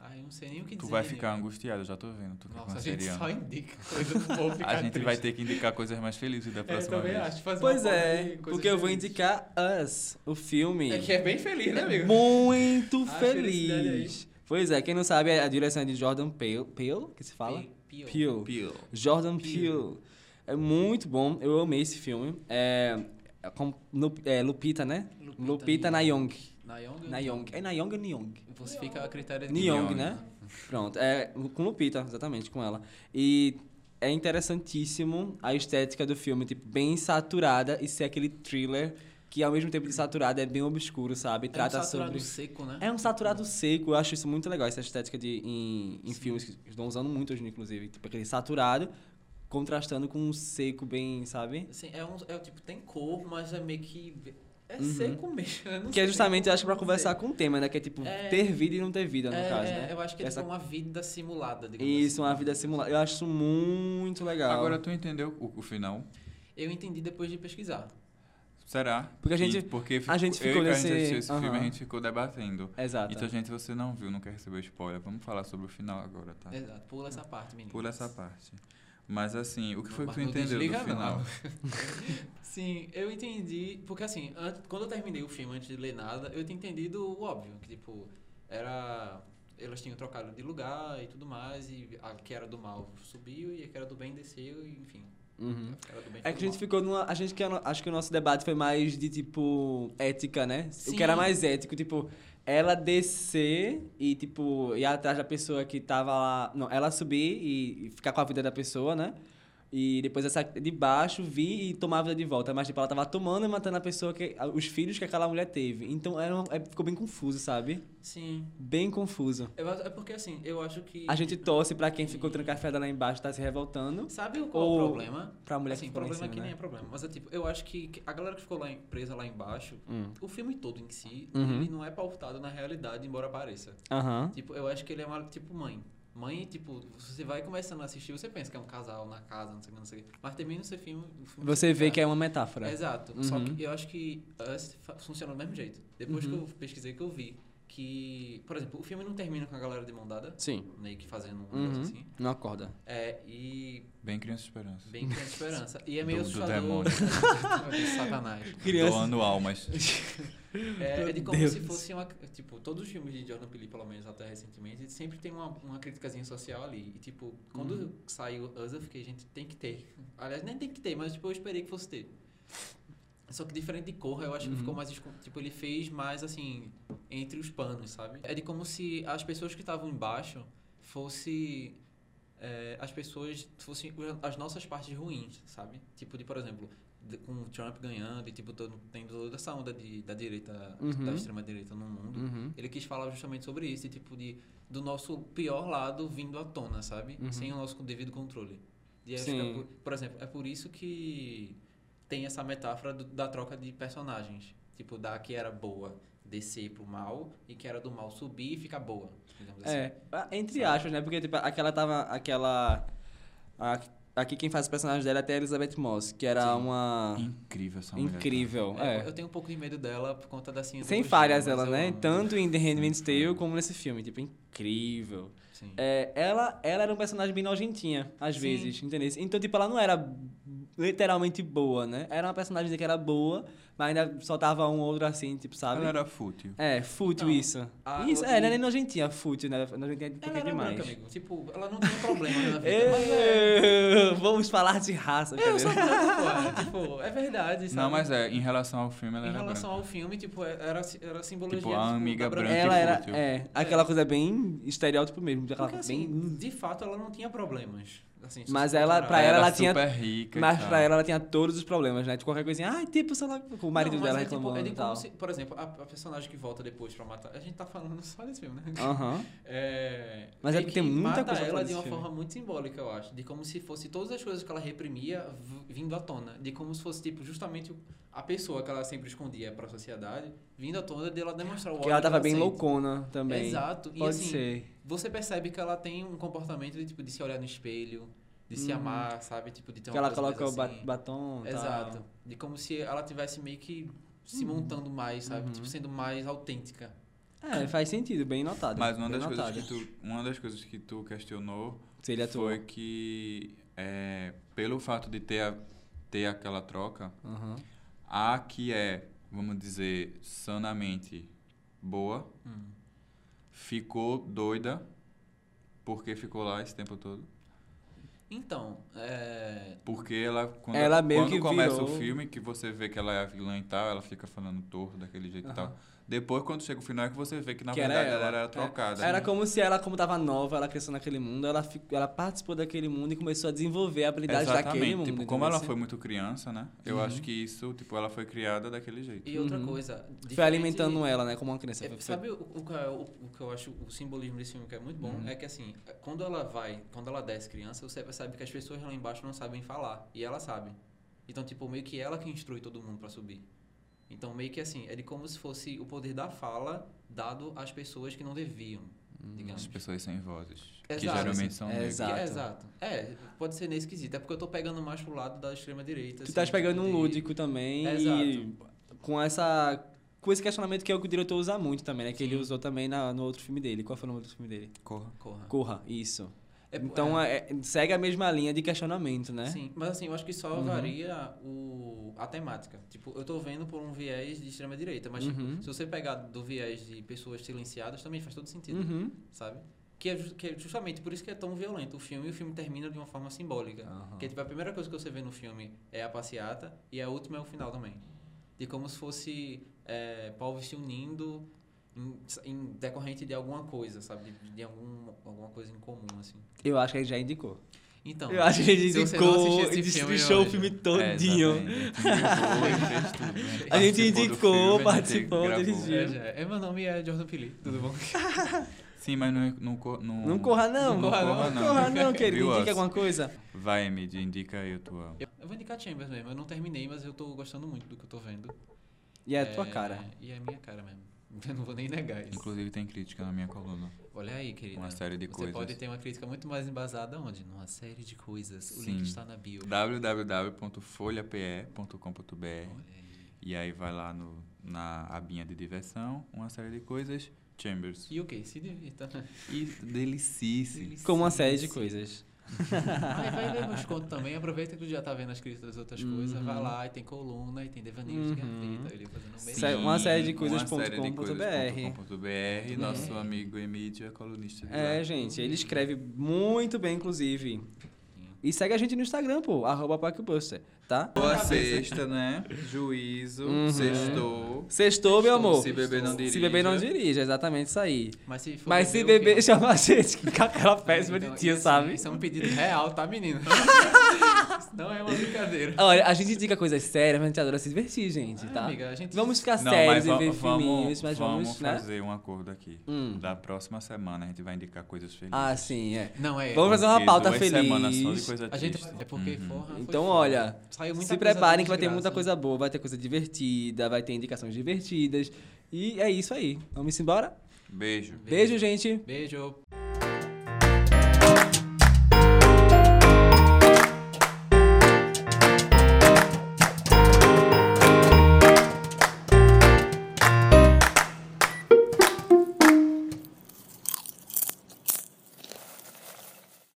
C: Ah, eu não sei nem o que
B: Tu
C: dizer.
B: vai
C: né?
B: ficar angustiado, eu já tô vendo, tu que é
C: Nossa, a gente só
B: canceriano.
C: indica coisa do
A: *laughs*
C: povo ficar
B: A gente vai
C: triste.
B: ter que indicar coisas mais felizes da
C: É, eu
B: próxima
C: também
B: vez.
C: acho. Fazer uma
A: Pois
C: pauta
A: é,
C: de coisas
A: porque eu vou
C: felizes.
A: indicar Us, o filme.
C: É que é bem feliz, né, amigo?
A: Muito
C: A felicidade
A: feliz. Pois é, quem não sabe, a direção é de Jordan Peele, Peele que se fala?
C: Pio.
A: Peele.
B: Pio.
A: Jordan Peele. É muito bom, eu amei esse filme. É, é com- Lu- é, Lupita, né?
C: Lupita
A: Lupita Nyong.
C: Nayong.
A: Nyong. É Nyong ou Nyong?
C: então, Você fica a critério de
A: Nyong,
B: Nyong.
A: né? Pronto, é com Lupita, exatamente, com ela. E é interessantíssimo a estética do filme, tipo, bem saturada e ser aquele thriller que ao mesmo tempo de saturado é bem obscuro, sabe? Trata
C: é um saturado
A: sobre
C: seco, né?
A: é um saturado seco, eu acho isso muito legal, essa estética de, em, em
C: Sim.
A: filmes que estão usando muito hoje, inclusive. Tipo, aquele saturado contrastando com um seco bem, sabe?
C: Assim, é um, é o tipo, tem cor, mas é meio que. É
A: Uhum.
C: seco mesmo. eu não
A: Que é
C: sei
A: justamente, eu
C: como
A: acho, pra conversar
C: dizer.
A: com o tema, né? Que é tipo,
C: É.
A: ter vida e não ter vida, no
C: é,
A: caso,
C: é,
A: né?
C: Eu acho que é
A: Essa-
C: tipo uma vida simulada, digamos assim.
A: Isso, uma vida simulada. Eu acho isso muito legal.
B: Agora tu entendeu o, o final?
C: Eu entendi depois de pesquisar.
B: Será?
A: Porque a
B: que-
A: gente-
B: porque
A: a gente
B: eu e
A: ficou
B: Karen já
A: nesse-
B: assistiu esse filme, a
A: Aham. Ah, tá.
B: gente ficou debatendo.
A: Exato.
B: Então, gente, você não viu, não quer receber spoiler. Vamos falar sobre o final agora, tá?
A: É.
C: Exato. Pula essa parte, menino.
B: Pula essa parte. Mas assim, o que foi que
C: Mas
B: tu
C: não
B: entendeu
C: desliga,
B: do final?
C: não. *laughs* Sim, eu entendi. Porque assim, antes- quando eu terminei o filme antes de ler nada, eu tinha entendido o óbvio. Que tipo, era. Elas tinham trocado de lugar e tudo mais. E a que era do mal subiu e a que era do bem desceu, e, enfim.
A: Uhum.
C: a que era do bem
A: É
C: foi
A: que a
C: do
A: gente ficou numa. A gente que era- acho que o nosso debate foi mais de tipo ética, né? O que era
C: Sim.
A: mais ético, tipo, ela descer e, tipo, ir atrás da pessoa que tava lá. Não, ela subir e, e ficar com a vida da pessoa, né? E depois essa de baixo vir e tomar a vida de volta. Mas, tipo, ela tava tomando e matando a pessoa que. os filhos que aquela mulher teve. Então era um- é- ficou bem confuso, sabe?
C: mal. Sim.
A: Bem confuso.
C: Eu acho- é porque assim, eu acho que.
A: A gente torce pra quem ficou trancafiada lá embaixo tá se revoltando.
C: Sabe qual
A: Ou-
C: é o problema?
A: Pra mulher
C: assim,
A: que ficou lá em
C: problema
A: cima,
C: que nem
A: né?
C: é problema. Mas é tipo, eu acho que que a galera que ficou lá em- presa lá embaixo,
A: Hum.
C: o filme todo em si,
A: Uhum.
C: ele não é pautado na realidade, embora pareça.
A: Aham.
C: Tipo, eu acho que ele é uma, tipo, mãe. Mãe, tipo, você vai começando a assistir, você pensa que é um casal na casa, não sei o que, não sei o que. Mas termina o seu filme. o filme
A: Você vê que é uma
C: fica-
A: metáfora.
C: Exato. Só
A: Uhum.
C: que eu acho que Us fa- funciona do mesmo jeito. Depois que eu pesquisei, que eu vi. que, por exemplo, o filme não termina com a galera de mão dada,
A: Sim.
C: meio que fazendo um
A: Uhum.
C: negócio assim.
A: Não acorda.
C: É, e
B: Bem Criança Esperança.
C: bem grande esperança. E é
B: Do-
C: meio
B: do
C: assustador. *laughs* É,
B: demônio.
C: Satanás.
A: Criança.
B: Doando almas.
A: *laughs*
C: É, é de
A: Meu
C: como se
A: Deus.
C: fosse uma. Tipo, todos os filmes de Jordan Peele, pelo menos até recentemente, sempre tem uma, uma criticazinha social ali. E, tipo, quando
A: Uhum.
C: saiu Us, eu fiquei, gente, tem que ter. Aliás, nem tem que ter, mas, tipo, eu esperei que fosse ter. Só que diferente de Corra, eu acho que
A: Uhum.
C: ficou mais. escon- Tipo, ele fez mais, assim, entre os panos, sabe? É de como se as pessoas que estavam embaixo fosse é, as pessoas fossem as nossas partes ruins, sabe? Tipo de, por exemplo, de- com o Trump ganhando e tipo todo, tendo toda essa onda de, da direita,
A: Uhum.
C: da extrema direita no mundo.
A: Uhum.
C: Ele quis falar justamente sobre isso, e, tipo de do nosso pior lado vindo à tona, sabe?
A: Uhum.
C: Sem o nosso devido controle. E acho
A: Sim.
C: que é por, por exemplo, é por isso que tem essa metáfora do- da troca de personagens, tipo da que era boa descer pro mal e que era do mal subir e ficar boa, digamos assim.
A: É, ah, entre aspas, né? Porque, tipo, aquela tava. Aquela. a- aqui quem faz o personagem dela é até a Elizabeth Moss, que era
C: Sim.
A: uma.
B: Incrível essa mulher. tá?
A: Incrível.
C: É,
A: é.
C: Eu tenho um pouco de medo dela por conta da cinza.
A: Sem
C: do
A: falhas
C: filme,
A: ela,
C: mas eu
A: né?
C: amo.
A: Tanto em The Handmaid's
B: Sem
A: Tale
B: falhas.
A: como nesse filme. Tipo, incrível.
C: Sim.
A: É, ela, ela era um personagem bem nojentinha, às
C: Sim.
A: vezes, entendeu? Então, tipo, ela não era literalmente boa, né? Era uma personagem que era boa, mas ainda soltava um ou outro assim, tipo, sabe?
B: Ela era fútil.
A: É, fútil
C: Não.
A: isso.
C: Ah,
A: isso,
C: eu-
A: é, ela era nojentinha, fútil, né? Nojentinha um
C: Ela
A: pouquinho
C: era
A: demais.
C: branca, amigo. Tipo, ela não tem problema na vida.
A: *laughs*
C: mas é,
A: Ê, *laughs* Vamos falar de raça,
C: eu sou
A: cadê?
C: branca, pô. Tipo, é verdade, sabe?
B: Não, mas é, em relação ao filme, ela
C: Em
B: era
C: relação
B: branca.
C: ao filme, tipo, é- era, si- era simbologia
B: Tipo, a
C: da
B: amiga
C: branca.
B: branca.
A: Ela
B: e
A: era,
B: fútil.
A: é, aquela coisa bem estereótipo mesmo. Aquela
C: Porque,
A: bem...
C: assim, de fato, ela não tinha problemas. Assim, se
A: Mas
C: você
A: ela-
C: comparar.
A: pra ela, ela
B: era
A: tinha-
B: super rica e
A: Mas
B: tal.
A: pra ela, ela tinha todos os problemas, né? De qualquer coisinha, ai, tipo, sei lá, com o marido
C: Não, mas
A: dela
C: é, tipo,
A: reclamando
C: é de
A: e
C: como
A: tal.
C: se- por exemplo, a, a personagem que volta depois pra matar. A gente tá falando só desse filme,
A: *laughs*
C: né?
A: Aham.
C: É,
A: Mas é
C: meio
A: porque tem
C: que
A: muita
C: mata
A: coisa pra
C: ela
A: falar
C: de
A: desse
C: uma
A: filme.
C: forma muito simbólica, eu acho. De como se fosse todas as coisas que ela reprimia v- vindo à tona. De como se fosse, tipo, justamente o- a pessoa que ela sempre escondia pra sociedade vindo à tona dela demonstrar o ódio.
A: Porque ela tava bem
C: sente.
A: loucona também.
C: Exato. E
A: Pode
C: assim,
A: ser.
C: você percebe que ela tem um comportamento de, tipo, de se olhar no espelho, de se
A: Hum.
C: amar, sabe? Tipo, de ter
A: Que
C: uma
A: ela
C: coisa mais
A: coloca o ba-
C: assim.
A: batom e tal.
C: Exato. De como se ela tivesse meio que se
A: Uhum.
C: montando mais, sabe? Tipo, sendo mais autêntica.
A: É, faz sentido, bem notado.
B: Mas uma
A: bem
B: das, coisas
A: notado.
B: que tu, uma das coisas que tu questionou
A: Se ele atua.
B: foi que, é, pelo fato de ter, a- ter aquela troca,
A: Aham.
B: a que é, vamos dizer, sanamente boa,
C: Hum.
B: ficou doida porque ficou lá esse tempo todo.
C: Então, é...
B: Porque ela, quando,
A: Ela meio
B: quando
A: que
B: começa
A: virou-
B: o filme, que você vê que ela é a vilã e tal, ela fica falando torto daquele jeito e
A: Aham.
B: tal. Depois, quando chega o final, é que você vê que na
A: Que era
B: verdade ela.
A: ela.
B: era trocada. né?
A: Era como se ela, como tava nova, ela cresceu naquele mundo, ela, fi- ela participou daquele mundo e começou a desenvolver a habilidade
B: Exatamente.
A: daquele mundo.
B: tipo, como ela
A: entendeu? Assim,
B: foi muito criança, né? Eu acho que isso, tipo, ela foi criada daquele jeito.
C: E outra
A: Uhum.
C: coisa.
A: Foi alimentando ela, né? Como uma criança.
C: É,
A: Foi- foi-
C: sabe o, o, que é o- o que eu acho o simbolismo desse filme que é muito bom?
A: Uhum.
C: É que assim, quando ela vai, quando ela desce criança, você percebe que as pessoas lá embaixo não sabem falar. E ela sabe. Então, tipo, meio que ela que instrui todo mundo pra subir. Então, meio que assim, é de como se fosse o poder da fala dado às pessoas que não deviam,
A: Hum,
C: digamos.
B: As pessoas sem vozes. Que
C: Exato.
B: geralmente são
A: É,
B: negras.
A: exato.
C: É, exato. É, pode ser nesse quesito. É porque eu tô pegando mais pro lado da assim, tipo, extrema direita.
A: Tu estás pegando um
C: lúdico
A: lúdico também e
C: Exato.
A: com essa com esse questionamento que é o que o diretor usa muito também, né? Que ele
C: Sim.
A: usou também na- no outro filme dele. Qual foi o nome do filme dele?
B: Corra.
C: Corra.
A: Corra, isso.
C: Ah. É,
A: então é- segue a mesma linha de questionamento, né? Uhum.
C: Sim, mas assim, eu acho que só varia o, a temática. Tipo, eu tô vendo por um viés de extrema-direita, mas tipo,
A: Uhum.
C: se você pegar do viés de pessoas silenciadas, também faz todo sentido,
A: Uhum.
C: sabe? Que é, ju- que é justamente por isso que é tão violento o filme, e o filme termina de uma forma simbólica.
A: Aham. É,
C: Porque tipo, a primeira coisa que você vê no filme é a passeata, e a última é o final também. De como se fosse é, povos se unindo em, em decorrente de alguma coisa, sabe? De, de algum, alguma coisa em comum, assim.
A: Eu acho que a gente já indicou.
C: Então,
A: Eu acho que a gente
C: se você não
A: indicou
C: assistiu
A: e
C: esse filme,
A: destrichou o
C: veja.
A: filme
B: É,
A: todinho.
B: exatamente. A gente indicou e fez
A: *laughs*
B: tudo, né?
A: A gente indicou,
B: Participou do filme, a gente
A: participou,
B: gravou.
A: dirigiu.
C: É, já. É, meu nome é Jordan Pili, tudo bom?
B: Sim, mas não, é, não, co- não,
A: não corra não,
B: Não corra não.
A: não corra
B: *laughs*
A: não, querido.
B: Viu,
A: Indica
B: Alce?
A: alguma coisa.
B: Vai, Emid, indica aí a tua.
C: Eu eu vou indicar Chambers mesmo, eu não terminei, mas eu tô gostando muito do que eu tô vendo.
A: E é a tua cara.
C: E é a minha cara mesmo. *laughs* Eu não vou nem negar isso.
B: Inclusive tem crítica na minha coluna.
C: Olha aí, querida.
B: Uma série de
C: Você
B: coisas.
C: pode ter uma crítica muito mais embasada onde? Numa série de coisas. O
B: Sim.
C: link está na bio.
B: www.folhape.com.br E aí vai lá no, na abinha de diversão, uma série de coisas, Chambers.
C: E o que? Se divirta. *laughs*
B: E delicice.
A: É. Com uma série de coisas.
C: Aí vai ver meus contos também. Aproveita que tu já tá vendo as críticas das outras coisas. Vai lá, e tem coluna, e tem devaneios de gaveta. Ele fazendo um
A: Sério,
C: beijo.
A: uma série de
B: uma
A: coisas ponto
B: série de
A: com ponto
B: coisas
A: BR.
B: ponto com ponto BR, Nosso amigo Emílio é colunista de
A: É,
B: lá.
A: gente, ele escreve muito bem, inclusive. E segue a gente no Instagram, pô, arroba PacoBuster, tá?
B: Boa sexta, né? Juízo,
A: Uhum.
B: sextou.
A: Sextou, meu amor.
B: Se beber não né? dirija.
A: Se beber não dirija, exatamente isso aí.
C: Mas se for
A: Mas se
C: beber, o
A: beber, *laughs*
C: que-
A: chama a gente com aquela péssima de
C: Então,
A: tia,
C: isso-
A: sabe?
C: Isso é um pedido real, tá, menino? Isso não é uma brincadeira.
A: Olha, a gente indica coisas sérias, mas a gente adora se divertir, gente,
C: É,
A: tá?
C: amiga, a gente-
A: Vamos ficar
B: Ah, Não, mas
A: sérios e
B: va-
A: ver
B: vamos,
A: filminhos, mas
B: vamos
A: vamos, né?
B: fazer um acordo aqui.
A: Hum.
B: Da próxima semana a gente vai indicar coisas felizes.
A: Ah, sim, é.
C: Não, é.
A: Vamos fazer uma
B: Porque
A: pauta
B: duas
A: feliz.
B: semanas só de coisa
C: A gente
B: triste.
C: vai- É porque
B: Uhum.
C: forra. foi
A: Então,
C: forra.
A: olha,
C: Saiu muita
A: se
C: coisa
A: preparem que vai ter
C: desgraça,
A: muita
C: né?
A: coisa boa, vai ter coisa divertida, vai ter indicações divertidas. E é isso aí. Vamos embora?
B: Beijo.
A: Beijo,
C: Beijo.
A: gente.
C: Beijo.